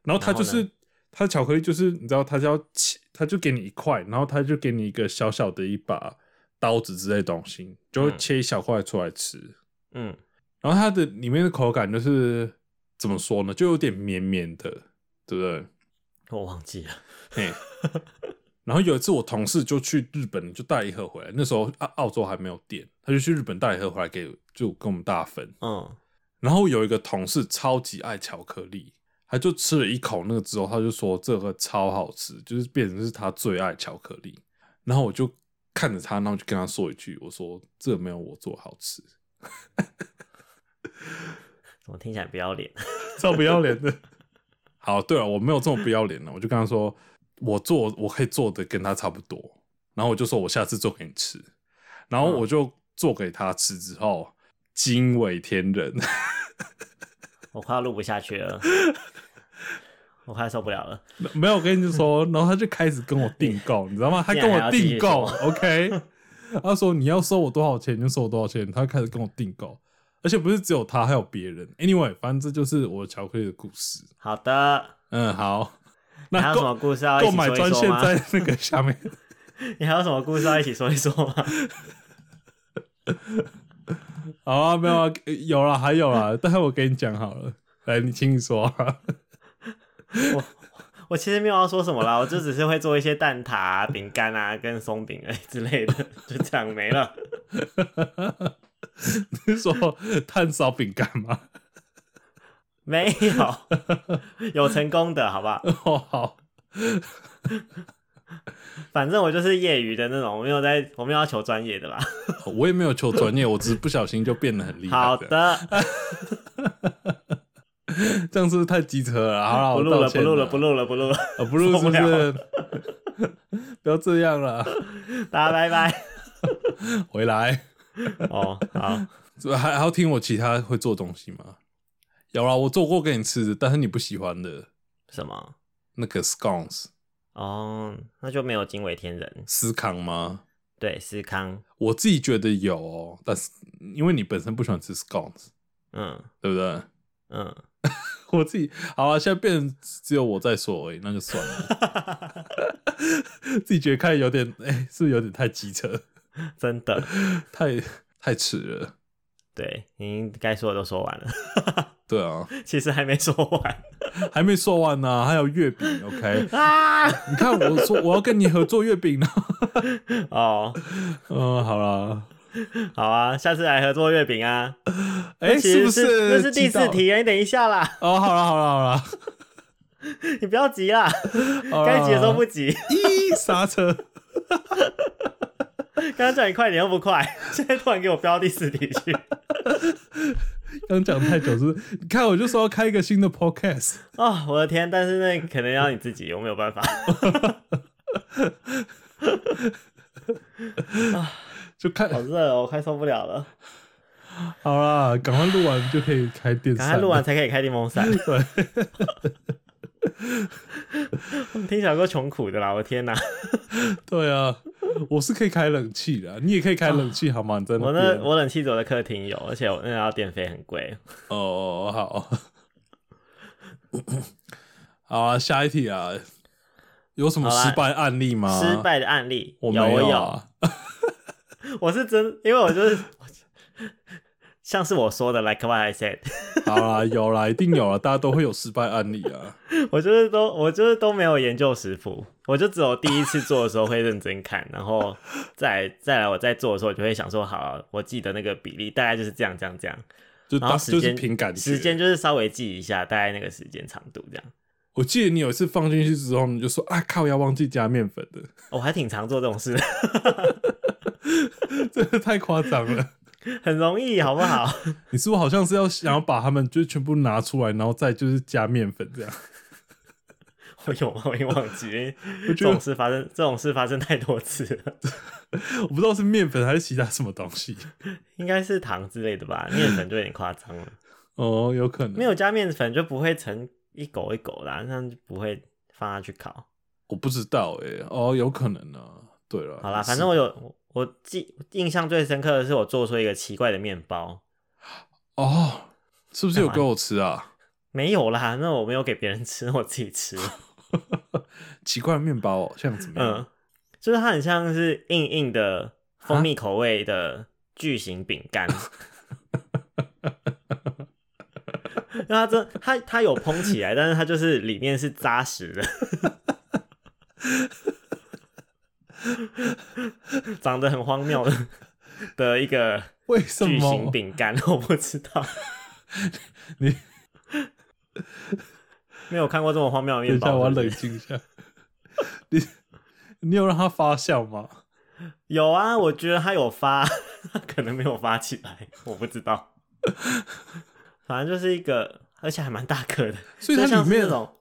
[SPEAKER 1] 然后它就
[SPEAKER 2] 然后
[SPEAKER 1] 是它巧克力，就是你知道，它叫切，它就给你一块，然后它就给你一个小小的一把刀子之类的东西，就会
[SPEAKER 2] 嗯
[SPEAKER 1] 切一小块出来吃。
[SPEAKER 2] 嗯，
[SPEAKER 1] 然后它的里面的口感就是怎么说呢，就有点绵绵的，对不对？
[SPEAKER 2] 我忘记了。
[SPEAKER 1] 嘿。然后有一次，我同事就去日本，就带一盒回来。那时候澳澳洲还没有店，他就去日本带一盒回来给就跟我们大家分。
[SPEAKER 2] 嗯，
[SPEAKER 1] 然后有一个同事超级爱巧克力，他就吃了一口那个之后，他就说这个超好吃，就是变成是他最爱巧克力。然后我就看着他，然后我就跟他说一句，我说这没有我做好吃，
[SPEAKER 2] 怎么听起来不要脸？
[SPEAKER 1] 超不要脸的。 好，对啊了，我没有这么不要脸了，我就跟他说我做我可以做的跟他差不多，然后我就说我下次做给你吃，然后我就做给他吃之后，惊为天人。
[SPEAKER 2] 我快要录不下去 了，我快受不了了。
[SPEAKER 1] 没有，我跟你说，然后他就开始跟我订购，你知道 吗？他跟我订购
[SPEAKER 2] 竟
[SPEAKER 1] ，OK。他说你要收我多少钱你就收我多少钱，他开始跟我订购，而且不是只有他，还有别人。Anyway，反正这就是我巧克力的故事。
[SPEAKER 2] 好的，
[SPEAKER 1] 嗯，好，
[SPEAKER 2] 还
[SPEAKER 1] 那
[SPEAKER 2] 有什
[SPEAKER 1] 购
[SPEAKER 2] 么故事要一
[SPEAKER 1] 购
[SPEAKER 2] 起
[SPEAKER 1] 买
[SPEAKER 2] 说一
[SPEAKER 1] 专
[SPEAKER 2] 说
[SPEAKER 1] 线
[SPEAKER 2] 吗？
[SPEAKER 1] 在那个下面。
[SPEAKER 2] 你还有什么故事要一起说一说吗？
[SPEAKER 1] 好啊，没有啊，呃有了，还有啦，待会我给你讲好了。来，你请你说、啊。
[SPEAKER 2] 我我其实没有要说什么啦，我就只是会做一些蛋挞、啊、饼干啊、跟松饼啊之类的， 就这样没了。
[SPEAKER 1] 你是说炭烧饼干吗？
[SPEAKER 2] 没有，有 成功的好不好？
[SPEAKER 1] 哦，好，
[SPEAKER 2] 反正我就是业余的那种，我没有在，我没有要求专业的啦。
[SPEAKER 1] 我也没有求专业，我只是不小心就变得很厉害。
[SPEAKER 2] 好的，
[SPEAKER 1] 这样是不是太机车 了？好了，
[SPEAKER 2] 不
[SPEAKER 1] 我
[SPEAKER 2] 录
[SPEAKER 1] 道
[SPEAKER 2] 了，不
[SPEAKER 1] 歉
[SPEAKER 2] 录了，不录了，不录了，
[SPEAKER 1] 啊，不录是
[SPEAKER 2] 受不
[SPEAKER 1] 不
[SPEAKER 2] 了
[SPEAKER 1] 是？ 不要这样了，
[SPEAKER 2] 大家拜拜。
[SPEAKER 1] 回来，
[SPEAKER 2] 哦，好，
[SPEAKER 1] 这还还要听我其他会做的东西吗？有啦，我做过给你吃的，但是你不喜欢的
[SPEAKER 2] 什么？
[SPEAKER 1] 那个 scones
[SPEAKER 2] 哦，那就没有惊为天人。
[SPEAKER 1] 司康吗？
[SPEAKER 2] 对，思康，
[SPEAKER 1] 我自己觉得有、哦，但是因为你本身不喜欢吃 scones，
[SPEAKER 2] 嗯
[SPEAKER 1] 对不对？
[SPEAKER 2] 嗯，
[SPEAKER 1] 我自己好了，现在变成只有我在说而已，那就算了。 自己觉得看有点，哎、是不是有点太机车，
[SPEAKER 2] 真的，
[SPEAKER 1] 太太迟了？
[SPEAKER 2] 对，您该说的都说完了，
[SPEAKER 1] 对啊，
[SPEAKER 2] 其实还没说完
[SPEAKER 1] 还没说完呢、还有月 饼，OK？
[SPEAKER 2] 啊！
[SPEAKER 1] 你看我说我要跟你合作月饼呢，
[SPEAKER 2] 哦，
[SPEAKER 1] 嗯，好啦，
[SPEAKER 2] 好啊，下次来合作月饼啊。
[SPEAKER 1] 哎、
[SPEAKER 2] 其
[SPEAKER 1] 是
[SPEAKER 2] 实
[SPEAKER 1] 不
[SPEAKER 2] 是这是第
[SPEAKER 1] 记到
[SPEAKER 2] 四题啊，你等一下啦，
[SPEAKER 1] 哦，好了好了好了，
[SPEAKER 2] 你不要急啦，
[SPEAKER 1] 好啦
[SPEAKER 2] 该急的时候不急。
[SPEAKER 1] 一刹车，
[SPEAKER 2] 刚刚叫你快点又不快，现在突然给我飙到第四题去。
[SPEAKER 1] 刚讲太久是不是？你看我就说要开一个新的 podcast，
[SPEAKER 2] 哦，我的天！但是那可能要你自己，我没有办法。
[SPEAKER 1] 就看
[SPEAKER 2] 好热哦，我快受不了了，
[SPEAKER 1] 好啦，赶快录完就可以开电扇
[SPEAKER 2] 赶
[SPEAKER 1] 了，
[SPEAKER 2] 快录完才可以开电风扇。对，听起来够穷苦的啦！我的天哪，
[SPEAKER 1] 对啊，我是可以开冷气的啊，你也可以开冷气好吗？你在
[SPEAKER 2] 我
[SPEAKER 1] 那
[SPEAKER 2] 那
[SPEAKER 1] 边
[SPEAKER 2] 我冷气只有在客厅有，而且我那个要电费很贵。
[SPEAKER 1] 哦，好， 好啊，下一题啊，有什么
[SPEAKER 2] 好啦
[SPEAKER 1] 失败案例吗？
[SPEAKER 2] 失，败的案例
[SPEAKER 1] 啊我没
[SPEAKER 2] 有，我
[SPEAKER 1] 有
[SPEAKER 2] 有，
[SPEAKER 1] 啊，
[SPEAKER 2] 我是真，因为我就是我 像是我说的，like what I said，
[SPEAKER 1] 好啦，有啦，一定有啦，大家都会有失败案例 啊。
[SPEAKER 2] 我就是都我就是都没有研究食谱，我就只有第一次做的时候会认真看，然后再来 再来我在做的时候，我就会想说，好，我记得那个比例大概就是这样这样这样，
[SPEAKER 1] 就
[SPEAKER 2] 然后
[SPEAKER 1] 当
[SPEAKER 2] 时
[SPEAKER 1] 就是
[SPEAKER 2] 间
[SPEAKER 1] 凭感觉，
[SPEAKER 2] 时间就是稍微记一下，大概那个时间长度这样。
[SPEAKER 1] 我记得你有一次放进去之后，你就说啊靠，要忘记加面粉的，
[SPEAKER 2] 我还挺常做这种事，
[SPEAKER 1] 真的太夸张了。
[SPEAKER 2] 很容易，好不 好？
[SPEAKER 1] 你是不是好像是要想要把它们就全部拿出来，然后再就是加面粉这样？
[SPEAKER 2] 我有吗？我已经忘记了，因
[SPEAKER 1] 我
[SPEAKER 2] 为
[SPEAKER 1] 觉
[SPEAKER 2] 这
[SPEAKER 1] 得
[SPEAKER 2] 种事发生，这种事发生太多次了，
[SPEAKER 1] 我不知道是面粉还是其他什么东西。
[SPEAKER 2] 应该是糖之类的吧？面粉就有点夸张了，
[SPEAKER 1] 哦，有可能
[SPEAKER 2] 没有加面粉就不会成一狗一狗啦，那就不会放下去烤。
[SPEAKER 1] 我不知道哎、哦，有可能啊。对了，
[SPEAKER 2] 好啦，
[SPEAKER 1] 也是
[SPEAKER 2] 反正我有我记印象最深刻的是我做出一个奇怪的面包，
[SPEAKER 1] 哦，是不是有
[SPEAKER 2] 干嘛
[SPEAKER 1] 给我吃啊？
[SPEAKER 2] 没有啦，那我没有给别人吃，我自己吃。
[SPEAKER 1] 奇怪的面包哦，像怎么样？
[SPEAKER 2] 嗯，就是它很像是硬硬的蜂蜜口味的巨型饼干。 那它这它它有蓬起来，但是它就是里面是扎实的， 长得很荒谬的的一个
[SPEAKER 1] 为什
[SPEAKER 2] 巨型
[SPEAKER 1] 么？
[SPEAKER 2] 饼干，我不知道。
[SPEAKER 1] 你
[SPEAKER 2] 没有看过这么荒谬的
[SPEAKER 1] 等
[SPEAKER 2] 面
[SPEAKER 1] 一下，
[SPEAKER 2] 包，
[SPEAKER 1] 我要
[SPEAKER 2] 是不是
[SPEAKER 1] 冷静一下。 你你有让它发酵吗？
[SPEAKER 2] 有啊，我觉得他有发， 可能没有发起来， 我不知道。反正就是一个，而且还蛮大颗的，
[SPEAKER 1] 所以它
[SPEAKER 2] 就像
[SPEAKER 1] 里
[SPEAKER 2] 是
[SPEAKER 1] 面
[SPEAKER 2] 那种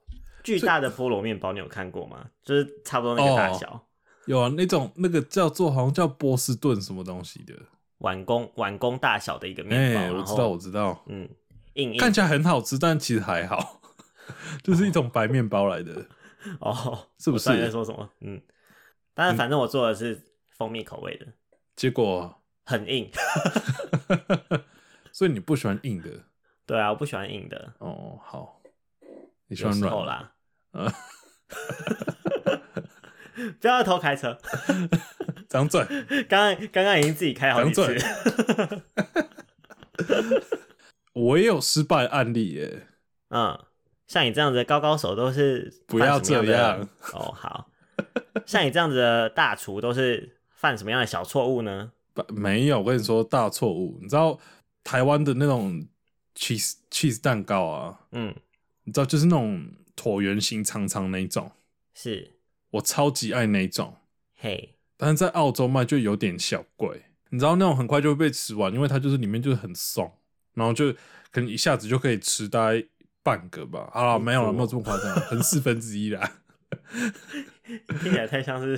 [SPEAKER 2] 巨大的菠萝面包，你有看过吗？就是差不多那个大小。
[SPEAKER 1] 有啊，那种那个叫做好像叫波士顿什么东西的，
[SPEAKER 2] 碗公碗公大小的一个面
[SPEAKER 1] 哎、
[SPEAKER 2] 包，
[SPEAKER 1] 我
[SPEAKER 2] 然
[SPEAKER 1] 知道，
[SPEAKER 2] 后
[SPEAKER 1] 我知道，
[SPEAKER 2] 嗯，硬硬
[SPEAKER 1] 看起来很好吃，但其实还好， 就是一种白面包来的。
[SPEAKER 2] 哦，
[SPEAKER 1] 是不
[SPEAKER 2] 我知道你在
[SPEAKER 1] 是
[SPEAKER 2] 说什么？嗯，但是反正我做的是蜂蜜口味的，
[SPEAKER 1] 结果，
[SPEAKER 2] 很硬。
[SPEAKER 1] 所以你不喜欢硬的
[SPEAKER 2] 对啊，我不喜欢硬的，
[SPEAKER 1] 哦，好，你喜
[SPEAKER 2] 有
[SPEAKER 1] 欢
[SPEAKER 2] 时
[SPEAKER 1] 软的
[SPEAKER 2] 候啦。
[SPEAKER 1] 呃
[SPEAKER 2] 不要偷开车，
[SPEAKER 1] 张嘴，
[SPEAKER 2] 刚刚刚刚已经自己开好几
[SPEAKER 1] 张
[SPEAKER 2] 次
[SPEAKER 1] 嘴。 我也有失败案例耶。
[SPEAKER 2] 嗯，像你这样子的高高手都是
[SPEAKER 1] 不
[SPEAKER 2] 犯
[SPEAKER 1] 要
[SPEAKER 2] 什么
[SPEAKER 1] 这
[SPEAKER 2] 样的
[SPEAKER 1] 样
[SPEAKER 2] 哦。好，像你这样子的大厨都是犯什么样的小错误呢？
[SPEAKER 1] 不没有，我跟你说大错误。你知道台湾的那种 cheese cheese 蛋糕啊，
[SPEAKER 2] 嗯，
[SPEAKER 1] 你知道就是那种椭圆形长长那一种，
[SPEAKER 2] 是
[SPEAKER 1] 我超级爱那一种，
[SPEAKER 2] 嘿，
[SPEAKER 1] 但是在澳洲卖就有点小贵。你知道那种很快就会被吃完，因为它就是里面就是很松，然后就可能一下子就可以吃大概半个吧。好了，没有了，没有这么夸张，可能四分之一啦，
[SPEAKER 2] 听起来太像是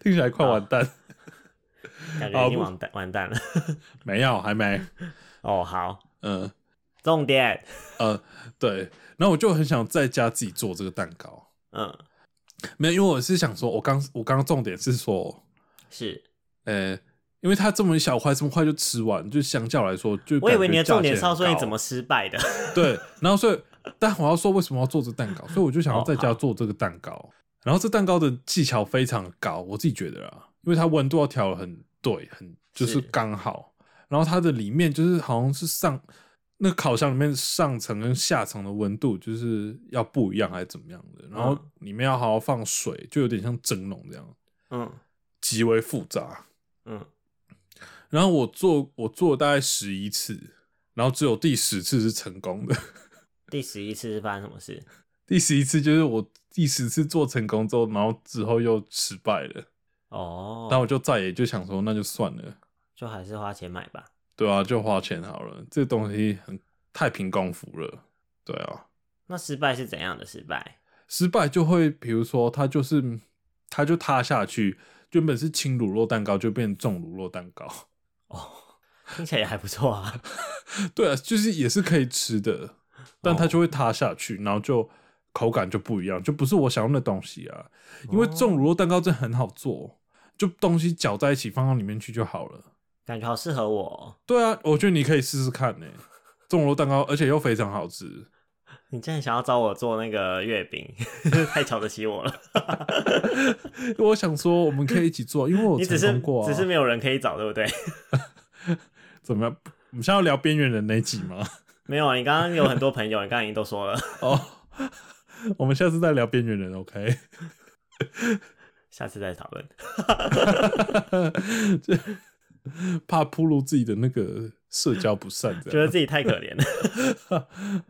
[SPEAKER 1] 听起来快完蛋。
[SPEAKER 2] 感
[SPEAKER 1] 好
[SPEAKER 2] 觉已经
[SPEAKER 1] 不
[SPEAKER 2] 完蛋完蛋了。
[SPEAKER 1] 没有，还没，
[SPEAKER 2] 哦，好，
[SPEAKER 1] 嗯、
[SPEAKER 2] 重点，
[SPEAKER 1] 呃，对，然后我就很想在家自己做这个蛋糕，
[SPEAKER 2] 嗯，
[SPEAKER 1] 没有，因为我是想说，我刚我刚刚重点是说，
[SPEAKER 2] 是
[SPEAKER 1] 呃，因为它这么一小块，这么快就吃完，就相较来说，就
[SPEAKER 2] 我以
[SPEAKER 1] 感
[SPEAKER 2] 为
[SPEAKER 1] 觉
[SPEAKER 2] 你的
[SPEAKER 1] 价
[SPEAKER 2] 重点
[SPEAKER 1] 钱
[SPEAKER 2] 是要
[SPEAKER 1] 很
[SPEAKER 2] 说你
[SPEAKER 1] 高
[SPEAKER 2] 怎么失败的。
[SPEAKER 1] 对，然后所以，但我要说为什么要做这蛋糕，所以我就想要
[SPEAKER 2] 哦
[SPEAKER 1] 在家做这个蛋糕，然后这蛋糕的技巧啊非常高，我自己觉得啦，因为它温度要调得很对，很就是
[SPEAKER 2] 是
[SPEAKER 1] 刚好，然后它的里面就是好像是上那个烤箱里面上层跟下层的温度就是要不一样还是怎么样的，然后里面要好好放水，就有点像蒸笼这样，
[SPEAKER 2] 嗯
[SPEAKER 1] 极为复杂。
[SPEAKER 2] 嗯，
[SPEAKER 1] 然后我做我做了大概十一次，然后只有第十次是成功的。
[SPEAKER 2] 第十一次是发生什么事？
[SPEAKER 1] 第十一次就是我第十次做成功之后，然后之后又失败了，
[SPEAKER 2] 哦，
[SPEAKER 1] 然后我就再也就想说那就算了，
[SPEAKER 2] 就还是花钱买吧。
[SPEAKER 1] 对啊，就花钱好了，这东西很太凭功夫了，对啊，
[SPEAKER 2] 那失败是怎样的失败？
[SPEAKER 1] 失败就会比如说它就是它就塌下去，原本是轻乳酪蛋糕就变重乳酪蛋糕，
[SPEAKER 2] 听起来也还不错啊。
[SPEAKER 1] 对啊，就是也是可以吃的，但
[SPEAKER 2] 哦
[SPEAKER 1] 它就会塌下去，然后就口感就不一样，就不是我想要的东西啊，因
[SPEAKER 2] 哦
[SPEAKER 1] 为重乳酪蛋糕真的很好做，就东西搅在一起放到里面去就好了。
[SPEAKER 2] 感觉好适合我哦、
[SPEAKER 1] 对啊，我觉得你可以试试看呢、重楼蛋糕，而且又非常好吃。
[SPEAKER 2] 你竟然想要找我做那个月饼， 太瞧得起我了。
[SPEAKER 1] 我想说，我们可以一起做，因为我
[SPEAKER 2] 你只
[SPEAKER 1] 成
[SPEAKER 2] 是、
[SPEAKER 1] 功过啊。
[SPEAKER 2] 只是没有人可以找，对不对？
[SPEAKER 1] 怎么样？我们现在要聊边缘人那一集吗？
[SPEAKER 2] 没有啊，你刚刚有很多朋友，你刚刚已经都说了，
[SPEAKER 1] 哦， 我们下次再聊边缘人，OK？
[SPEAKER 2] 下次再讨论。
[SPEAKER 1] 这怕暴露自己的那个社交不善，这
[SPEAKER 2] 觉得
[SPEAKER 1] 样
[SPEAKER 2] 自己太可怜了。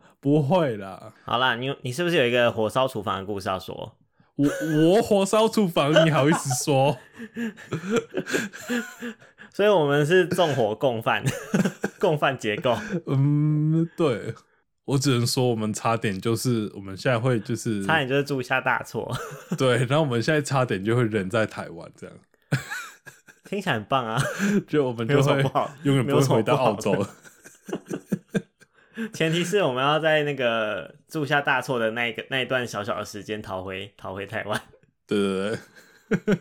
[SPEAKER 1] 不会啦。
[SPEAKER 2] 好啦，你你是不是有一个火烧厨房的故事要说？
[SPEAKER 1] 我我火烧厨房，你好意思 说？
[SPEAKER 2] 所以我们是纵火共犯， 共犯结构。
[SPEAKER 1] 嗯，对，我只能说我们差点就是我们现在会就是
[SPEAKER 2] 差点就是铸下大错，
[SPEAKER 1] 对，然后我们现在差点就会人在台湾，这样
[SPEAKER 2] 听起来很棒啊，
[SPEAKER 1] 就我们
[SPEAKER 2] 没
[SPEAKER 1] 就
[SPEAKER 2] 有什
[SPEAKER 1] 会
[SPEAKER 2] 么不好，
[SPEAKER 1] 永远
[SPEAKER 2] 没
[SPEAKER 1] 不会
[SPEAKER 2] 有什么
[SPEAKER 1] 回到
[SPEAKER 2] 不好
[SPEAKER 1] 澳洲了。
[SPEAKER 2] 前提是我们要在那个铸下大错的那一个那一段小小的时间逃回逃回台湾。
[SPEAKER 1] 对对对，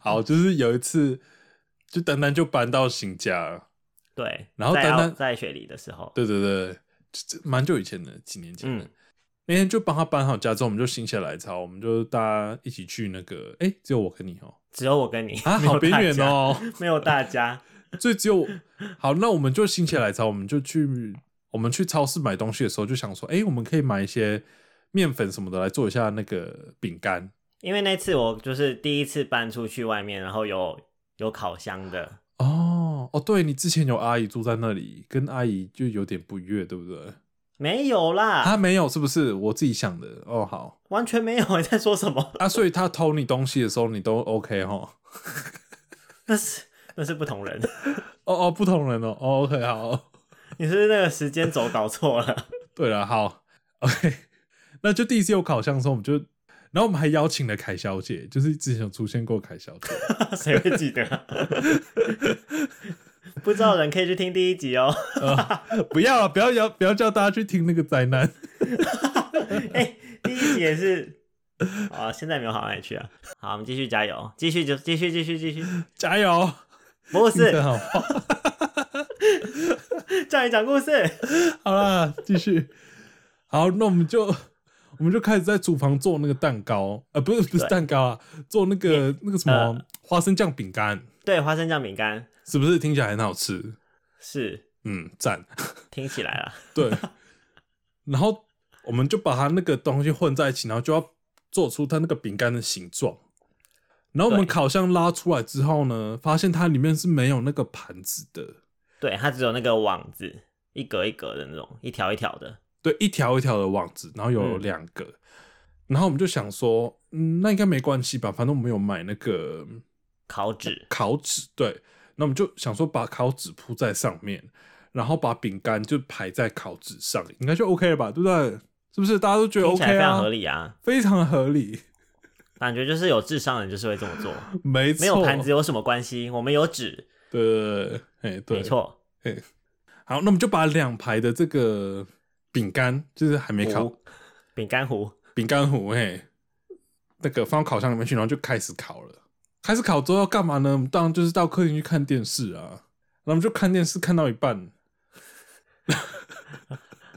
[SPEAKER 1] 好，就是有一次，就丹丹就搬到新家了，
[SPEAKER 2] 对，
[SPEAKER 1] 然后
[SPEAKER 2] 在
[SPEAKER 1] 丹
[SPEAKER 2] 澳
[SPEAKER 1] 丹
[SPEAKER 2] 在雪梨的时候，
[SPEAKER 1] 对对对，这这蛮久以前的，几年前的。
[SPEAKER 2] 嗯
[SPEAKER 1] 那天就帮他搬好家之后，我们就心血来潮，我们就大家一起去那个，哎、只有我跟你哦、
[SPEAKER 2] 只有我跟你
[SPEAKER 1] 啊，
[SPEAKER 2] 没有
[SPEAKER 1] 好边
[SPEAKER 2] 大
[SPEAKER 1] 缘
[SPEAKER 2] 家
[SPEAKER 1] 哦，
[SPEAKER 2] 没有大家，
[SPEAKER 1] 所以只有我好，那我们就心血来潮，我们就去我们去超市买东西的时候，就想说，哎、我们可以买一些面粉什么的来做一下那个饼干
[SPEAKER 2] 因为那次我就是第一次搬出去外面，然后有有烤箱的，
[SPEAKER 1] 哦哦，对你之前有阿姨住在那里，跟阿姨就有点不悦，对不对？
[SPEAKER 2] 没有啦，
[SPEAKER 1] 她、没有，是不是？我自己想的。哦，好
[SPEAKER 2] 完全没有， 你在说什么？
[SPEAKER 1] 啊，所以她偷你东西的时候，你都 OK 哦哈？
[SPEAKER 2] 那是那是不同人，
[SPEAKER 1] 哦哦，不同人哦。哦，OK，好，
[SPEAKER 2] 你是不是那个时间轴搞错了。
[SPEAKER 1] 对了，好，OK。那 就第一次有烤箱的时候，我们就，然后我们还邀请了凯小姐，就是之前有出现过凯小姐。
[SPEAKER 2] 谁会记得、 不知道的人可以去听第一集哦。
[SPEAKER 1] 不要啊，不要要不要叫大家去听那个灾难。
[SPEAKER 2] 哎、第一集也是啊，现在没有好到哪里去啊。好，我们继续加油，继续就继续继续继续，
[SPEAKER 1] 加油，
[SPEAKER 2] 不
[SPEAKER 1] 真
[SPEAKER 2] 是
[SPEAKER 1] 好话。
[SPEAKER 2] 叫你讲故事。
[SPEAKER 1] 好啦，继续。好，那我们就我们就开始在厨房做那个蛋糕，呃，不是不是
[SPEAKER 2] 对
[SPEAKER 1] 蛋糕啊，做那个那个什么花生酱饼干，
[SPEAKER 2] 对，花生酱饼干
[SPEAKER 1] 是不是听起来很好吃？
[SPEAKER 2] 是
[SPEAKER 1] 嗯，赞。
[SPEAKER 2] 听起来啊了，
[SPEAKER 1] 对，然后我们就把它那个东西混在一起，然后就要做出它那个饼干的形状。然后我们
[SPEAKER 2] 对
[SPEAKER 1] 烤箱拉出来之后呢，发现它里面是没有那个盘子的。
[SPEAKER 2] 对，它只有那个网子，一格一格的那种，一条一条的。
[SPEAKER 1] 对，一条一条的网子，然后有
[SPEAKER 2] 嗯
[SPEAKER 1] 两个，然后我们就想说，嗯，那应该没关系吧，反正我们有买那个
[SPEAKER 2] 烤纸，
[SPEAKER 1] 烤纸，对，那我们就想说把烤纸铺在上面，然后把饼干就排在烤纸上，应该就 OK 了吧，对不对？是不是大家都觉得
[SPEAKER 2] 听起
[SPEAKER 1] OK
[SPEAKER 2] 来非常
[SPEAKER 1] 啊？
[SPEAKER 2] 合理啊！
[SPEAKER 1] 非常合理，
[SPEAKER 2] 感觉就是有智商的人就是会这么做，
[SPEAKER 1] 没错，
[SPEAKER 2] 没有盘子有什么关系？我们有纸，
[SPEAKER 1] 对，对对对，哎，对，
[SPEAKER 2] 没。错。
[SPEAKER 1] 好，那我们就把两排的这个饼干，就是还没烤
[SPEAKER 2] 糊，饼干糊，
[SPEAKER 1] 饼干糊，嘿，那个放到烤箱里面去，然后就开始烤了。开始烤之后要干嘛呢？我们当然就是到客厅去看电视啊。然后我们就看电视看到一半，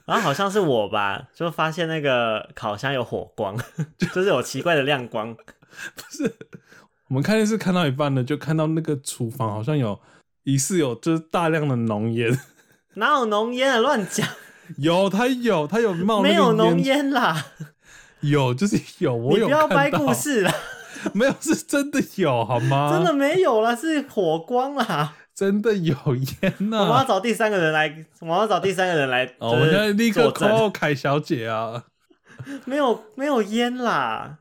[SPEAKER 2] 然后啊好像是我吧，就发现那个烤箱有火光， 就是有奇怪的亮光。
[SPEAKER 1] 我们看电视看到一半呢，就看到那个厨房好像有疑似有就是大量的浓烟，
[SPEAKER 2] 哪有浓烟啊？乱讲，
[SPEAKER 1] 有它有它有哦冒那
[SPEAKER 2] 没
[SPEAKER 1] 个
[SPEAKER 2] 有浓
[SPEAKER 1] 烟，
[SPEAKER 2] 烟啦！
[SPEAKER 1] 有就是有，我
[SPEAKER 2] 你
[SPEAKER 1] 有
[SPEAKER 2] 不要
[SPEAKER 1] 看
[SPEAKER 2] 掰
[SPEAKER 1] 到
[SPEAKER 2] 故，事啦，
[SPEAKER 1] 没有是真的有好吗？
[SPEAKER 2] 真的没有啦，是火光啦！
[SPEAKER 1] 真的有烟
[SPEAKER 2] 我们
[SPEAKER 1] 呐、
[SPEAKER 2] 要找第三个人来，我们要找第三个人来，
[SPEAKER 1] 嗯 哦，
[SPEAKER 2] 就
[SPEAKER 1] 我
[SPEAKER 2] 是
[SPEAKER 1] 现在立刻
[SPEAKER 2] 作证
[SPEAKER 1] call 凯小姐啊！
[SPEAKER 2] 没有没有烟啦，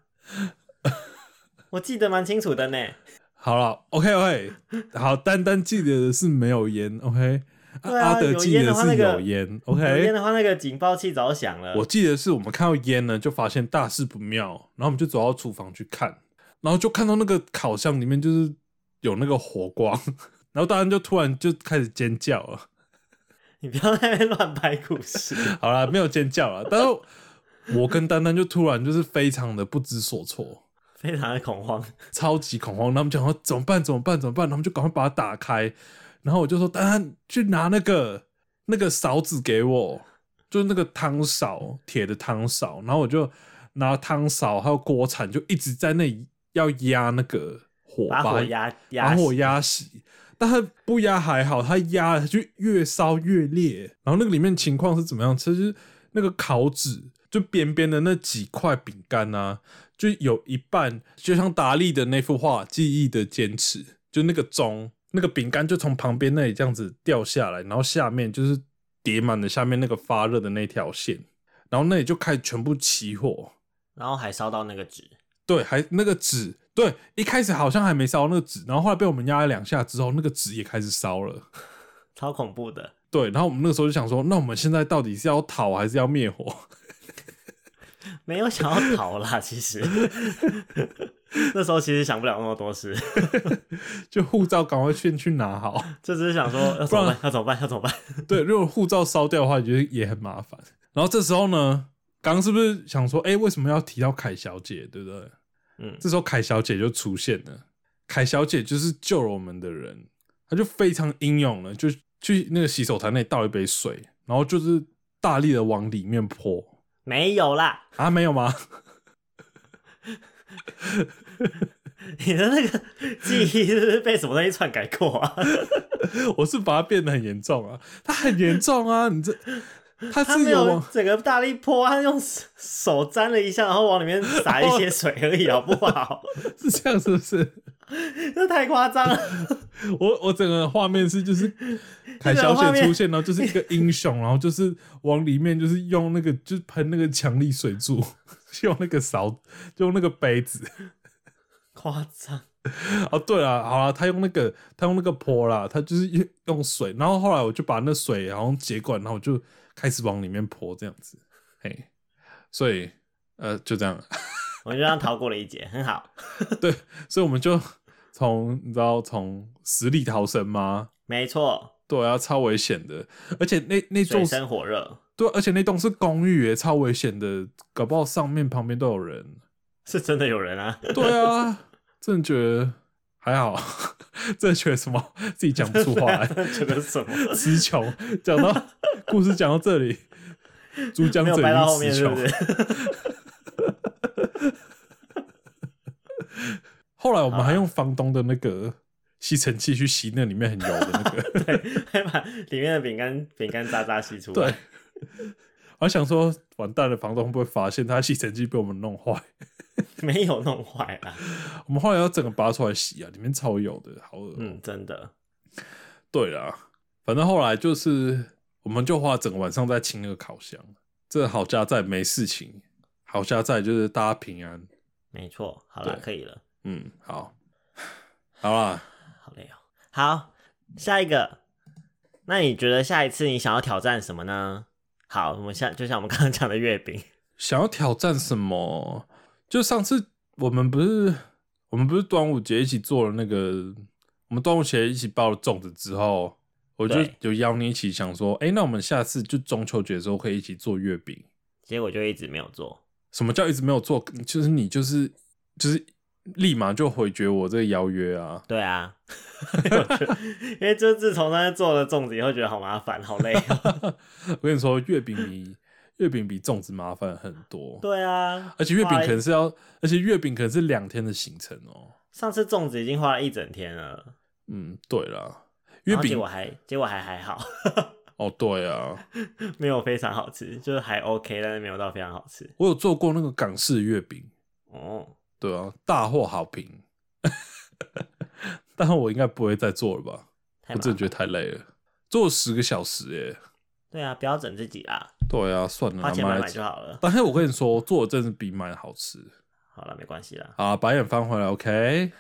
[SPEAKER 2] 我记得蛮清楚的呢。
[SPEAKER 1] 好了，OK OK，好，丹丹记得的是没有烟，OK，
[SPEAKER 2] 对啊
[SPEAKER 1] 阿德记得是有烟
[SPEAKER 2] 有烟
[SPEAKER 1] ，OK。
[SPEAKER 2] 的话，那个警报器早响了。
[SPEAKER 1] 我记得是我们看到烟呢，就发现大事不妙，然后我们就走到厨房去看，然后就看到那个烤箱里面就是有那个火光，然后大家就突然就开始尖叫了。
[SPEAKER 2] 你不要在那边乱掰故 事。
[SPEAKER 1] 好啦，没有尖叫了，但是我跟丹丹就突然就是非常的不知所措。
[SPEAKER 2] 非常的恐慌。
[SPEAKER 1] 超级恐慌，他们讲说怎么办？怎么办？怎么办？他们就赶快把它打开，然后我就说：“丹丹，去拿那个那个勺子给我，就是那个汤勺，铁的汤勺。”然后我就拿汤勺还有锅铲，就一直在那里要压那个火，
[SPEAKER 2] 把火压
[SPEAKER 1] 把
[SPEAKER 2] 压
[SPEAKER 1] 火
[SPEAKER 2] 死
[SPEAKER 1] 压熄。但他不压还好，他压了就越烧越烈。然后那个里面情况是怎么样？其实那个烤纸就边边的那几块饼干啊，就有一半就像达利的那幅画《记忆的坚持》，就那个钟，那个饼干就从旁边那里这样子掉下来，然后下面就是叠满了下面那个发热的那条线，然后那里就开始全部起火。
[SPEAKER 2] 然后还烧到那个纸，
[SPEAKER 1] 对，还那个纸，对，一开始好像还没烧那个纸，然后后来被我们压了两下之后，那个纸也开始烧了。
[SPEAKER 2] 超恐怖的。
[SPEAKER 1] 对，然后我们那个时候就想说，那我们现在到底是要逃还是要灭火？
[SPEAKER 2] 没有想要逃啦，其实那时候其实想不了那么多事，
[SPEAKER 1] 就护照赶快去去拿好。
[SPEAKER 2] 就只是想说要怎么办，要怎么办，要怎么办。
[SPEAKER 1] 对，如果护照烧掉的话，觉得也很麻烦。然后这时候呢，刚刚是不是想说，哎、为什么要提到凯小姐，对不对？
[SPEAKER 2] 嗯，
[SPEAKER 1] 这时候凯小姐就出现了，凯小姐就是救了我们的人，她就非常英勇了，就去那个洗手台那里倒一杯水，然后就是大力的往里面泼
[SPEAKER 2] 没有啦，
[SPEAKER 1] 啊，没有吗？
[SPEAKER 2] 你的那个记忆是不是被什么东西篡改过啊？
[SPEAKER 1] 我是把它变得很严重啊，它很严重啊，你 这它
[SPEAKER 2] 他
[SPEAKER 1] 是
[SPEAKER 2] 没有
[SPEAKER 1] 往
[SPEAKER 2] 整个大力泼，他用手手沾了一下，然后往里面洒一些水而已，好不好？
[SPEAKER 1] 是这样是不是？
[SPEAKER 2] 这太夸张了。
[SPEAKER 1] 我我整个画面是 就是凯小
[SPEAKER 2] 画
[SPEAKER 1] 姐
[SPEAKER 2] 面
[SPEAKER 1] 出现，然后就是一个英雄，然后就是往里面就是用那个就是喷那个强力水柱， 用那个勺，用那个杯子。
[SPEAKER 2] 夸张，
[SPEAKER 1] 哦，对了，好了，他用那个他用那个泼啦，他就是用用水，然后后来我就把那水然后接管，然后我就开始往里面泼这样子，嘿，所以呃就这样，
[SPEAKER 2] 我们就这样逃过了一劫，很好。
[SPEAKER 1] 对，所以我们就从你知道从死里逃生吗？
[SPEAKER 2] 没错，
[SPEAKER 1] 对啊，超危险的，而且那那
[SPEAKER 2] 水
[SPEAKER 1] 座
[SPEAKER 2] 深火热
[SPEAKER 1] 对，啊而且那栋是公寓耶，超危险的，搞不好上面旁边都有人。
[SPEAKER 2] 是真的有人啊。
[SPEAKER 1] 对啊， 真的觉得还好， 真的觉得什么 自己讲不出话来。
[SPEAKER 2] 觉得什么？
[SPEAKER 1] 词穷， 讲到故事讲到这里，珠江
[SPEAKER 2] 没有
[SPEAKER 1] 嘴
[SPEAKER 2] 掰到后
[SPEAKER 1] 已
[SPEAKER 2] 面
[SPEAKER 1] 经词
[SPEAKER 2] 是
[SPEAKER 1] 穷
[SPEAKER 2] 不。 是？
[SPEAKER 1] 后来我们还用房东的那个吸尘器去吸那里面很油的那个，
[SPEAKER 2] 还把里面的饼干饼干渣渣吸出
[SPEAKER 1] 对
[SPEAKER 2] 来。。
[SPEAKER 1] 我还想说，完蛋了，房东会不会发现他吸尘器被我们弄坏？
[SPEAKER 2] 没有弄坏啊啦。
[SPEAKER 1] 我们后来要整个拔出来洗啊，里面超油的，好恶哦、
[SPEAKER 2] 嗯，真的。
[SPEAKER 1] 对啦，反正后来就是，我们就花整个晚上在清那个烤箱。这好家在没事情，好家在就是大家平安。
[SPEAKER 2] 没错，好了，
[SPEAKER 1] 对
[SPEAKER 2] 可以了，
[SPEAKER 1] 嗯，好，好啦，
[SPEAKER 2] 好累哦。好，下一个。那你觉得下一次你想要挑战什么呢？好，我们下就像我们刚刚讲的月饼，
[SPEAKER 1] 想要挑战什么？就上次我们不是我们不是端午节一起做了那个，我们端午节一起包了粽子之后，我就
[SPEAKER 2] 对
[SPEAKER 1] 有邀你一起想说，哎、那我们下次就中秋节的时候可以一起做月饼。
[SPEAKER 2] 结果就一直没有做。
[SPEAKER 1] 什么叫一直没有做？就是你就是就是立马就回绝我这个邀约啊！
[SPEAKER 2] 对啊， 因为就自从他做了粽子以后，觉得好麻烦，好累哦、
[SPEAKER 1] 我跟你说，月饼比月饼比粽子麻烦很多。
[SPEAKER 2] 对啊，
[SPEAKER 1] 而且月饼
[SPEAKER 2] 花了
[SPEAKER 1] 可能是要，而且月饼可能是两天的行程哦、
[SPEAKER 2] 上次粽子已经花了一整天了，
[SPEAKER 1] 嗯，对啦，因为
[SPEAKER 2] 然后结
[SPEAKER 1] 饼
[SPEAKER 2] 果还结果还还好，
[SPEAKER 1] 哦，对啊，
[SPEAKER 2] 没有非常好吃，就是还 OK，但是没有到非常好吃。
[SPEAKER 1] 我有做过那个港式月饼，
[SPEAKER 2] 哦，
[SPEAKER 1] 对啊，大获好评。 但我应该不会再做了吧？
[SPEAKER 2] 太
[SPEAKER 1] 我
[SPEAKER 2] 麻
[SPEAKER 1] 真的觉
[SPEAKER 2] 烦。
[SPEAKER 1] 得太累了，做十个小时耶、
[SPEAKER 2] 对啊，不要整自己啦，
[SPEAKER 1] 对啊，算了
[SPEAKER 2] 花
[SPEAKER 1] 啦，
[SPEAKER 2] 钱买
[SPEAKER 1] 来
[SPEAKER 2] 买就好了。
[SPEAKER 1] 但是我跟你说，做的真的比买的好吃。
[SPEAKER 2] 好了，没关系啦。
[SPEAKER 1] 好啊，白眼翻回来，OK？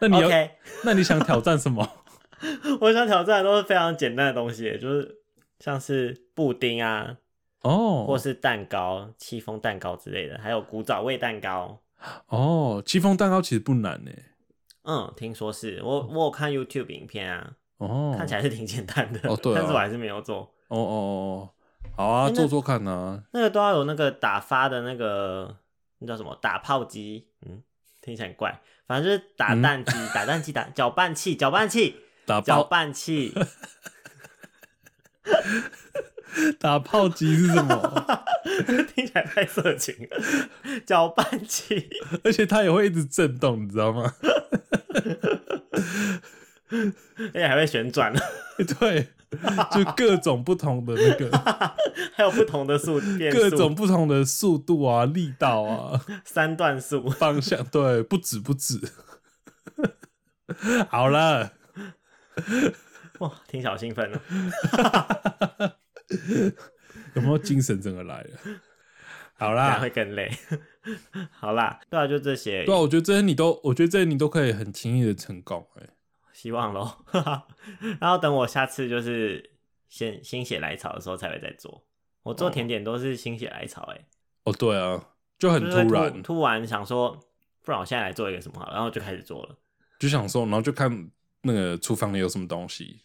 [SPEAKER 1] 那你要
[SPEAKER 2] OK，
[SPEAKER 1] 那你想挑战什 么？
[SPEAKER 2] 我想挑战的都是非常简单的东西，就是像是布丁啊，或
[SPEAKER 1] 哦
[SPEAKER 2] 是蛋糕、戚风蛋糕之类的，还有古早味蛋糕。
[SPEAKER 1] 哦，戚风蛋糕其实不难呢、
[SPEAKER 2] 嗯，听说是我我有看 YouTube 影片啊，
[SPEAKER 1] 哦，
[SPEAKER 2] 看起来是挺简单的，
[SPEAKER 1] 哦对啊
[SPEAKER 2] 但是我还是没有做。
[SPEAKER 1] 哦哦哦，好啊，
[SPEAKER 2] 欸那
[SPEAKER 1] 做做看啊。
[SPEAKER 2] 那个都要有那个打发的那个，那叫什么打泡机？嗯，听起来很怪，反正就是
[SPEAKER 1] 嗯
[SPEAKER 2] 打蛋机、打蛋机、打搅拌器、搅拌器、
[SPEAKER 1] 打
[SPEAKER 2] 搅
[SPEAKER 1] 泡
[SPEAKER 2] 拌器。
[SPEAKER 1] 打泡机是什么？
[SPEAKER 2] 听起来太色情了。搅拌器，
[SPEAKER 1] 而且它也会一直震动，你知道吗？
[SPEAKER 2] 而且还会旋转，
[SPEAKER 1] 对，就各种不同的那个，
[SPEAKER 2] 还有不同的速 变速，
[SPEAKER 1] 各种不同的速度啊、力道 啊、
[SPEAKER 2] 三段速。
[SPEAKER 1] 方向，对，不止不止。 好了，
[SPEAKER 2] 哇，听小兴奋了。哦
[SPEAKER 1] 有没有精神整个来了？好
[SPEAKER 2] 这样
[SPEAKER 1] 啦
[SPEAKER 2] 会，更累。 好啦，对啊，就这些而已，
[SPEAKER 1] 对啊，我觉得这些你都，我觉得这些你都可以很轻易的成功、欸。
[SPEAKER 2] 希望咯。 然后等我下次就是先心血来潮的时候才会再做。我做
[SPEAKER 1] 哦
[SPEAKER 2] 甜点都是心血来潮、欸，
[SPEAKER 1] 哦，对啊，就很
[SPEAKER 2] 就是
[SPEAKER 1] 突
[SPEAKER 2] 会
[SPEAKER 1] 然，
[SPEAKER 2] 突突然想说，不然我现在来做一个什么好了，然后就开始做了。
[SPEAKER 1] 就想说，然后就看那个厨房里有什么东西。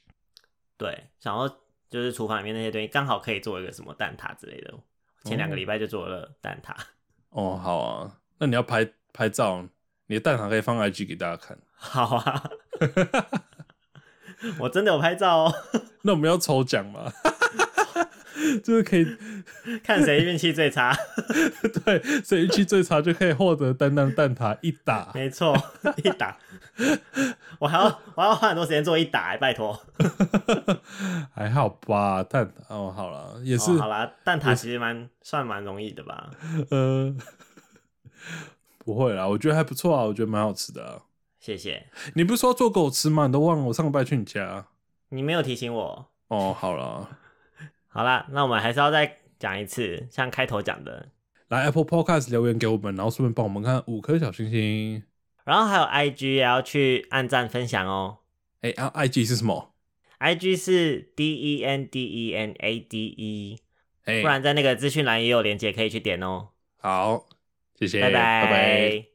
[SPEAKER 2] 对，想要就是厨房里面那些东西，刚好可以做一个什么蛋挞之类的。前两个礼拜就做了蛋挞，
[SPEAKER 1] 哦，好啊，那你要拍拍照，你的蛋挞可以放 IG 给大家看。
[SPEAKER 2] 好啊， 我真的有拍照哦，
[SPEAKER 1] 那我们要抽奖吗？ 就是可以，
[SPEAKER 2] 看谁运气最差。
[SPEAKER 1] 对，谁运气最差就可以获得丹丹蛋挞一打。
[SPEAKER 2] 没错，一打，我还要我还要花很多时间做一打、欸，拜托。
[SPEAKER 1] 还好吧，蛋挞哦，好了，也是
[SPEAKER 2] 哦，，好啦，蛋挞其实蛮算蛮容易的吧？
[SPEAKER 1] 呃，不会啦，我觉得还不错啊，我觉得蛮好吃的、啊。
[SPEAKER 2] 谢谢
[SPEAKER 1] 你不是说要做给我吃吗？你都忘了，我上个拜去你家。
[SPEAKER 2] 你没有提醒我。
[SPEAKER 1] 哦，好了，
[SPEAKER 2] 好啦，那我们还是要再讲一次，像开头讲的，
[SPEAKER 1] 来 Apple Podcast 留言给我们，然后顺便帮我们看五颗小星星。
[SPEAKER 2] 然后还有 IG 也要去按赞分享哦。
[SPEAKER 1] 哎、啊，IG 是什么？
[SPEAKER 2] IG 是 D E N D E N A D E，
[SPEAKER 1] 哎、
[SPEAKER 2] 不然在那个资讯栏也有链接可以去点哦。
[SPEAKER 1] 好，谢谢，
[SPEAKER 2] 拜
[SPEAKER 1] 拜拜
[SPEAKER 2] 拜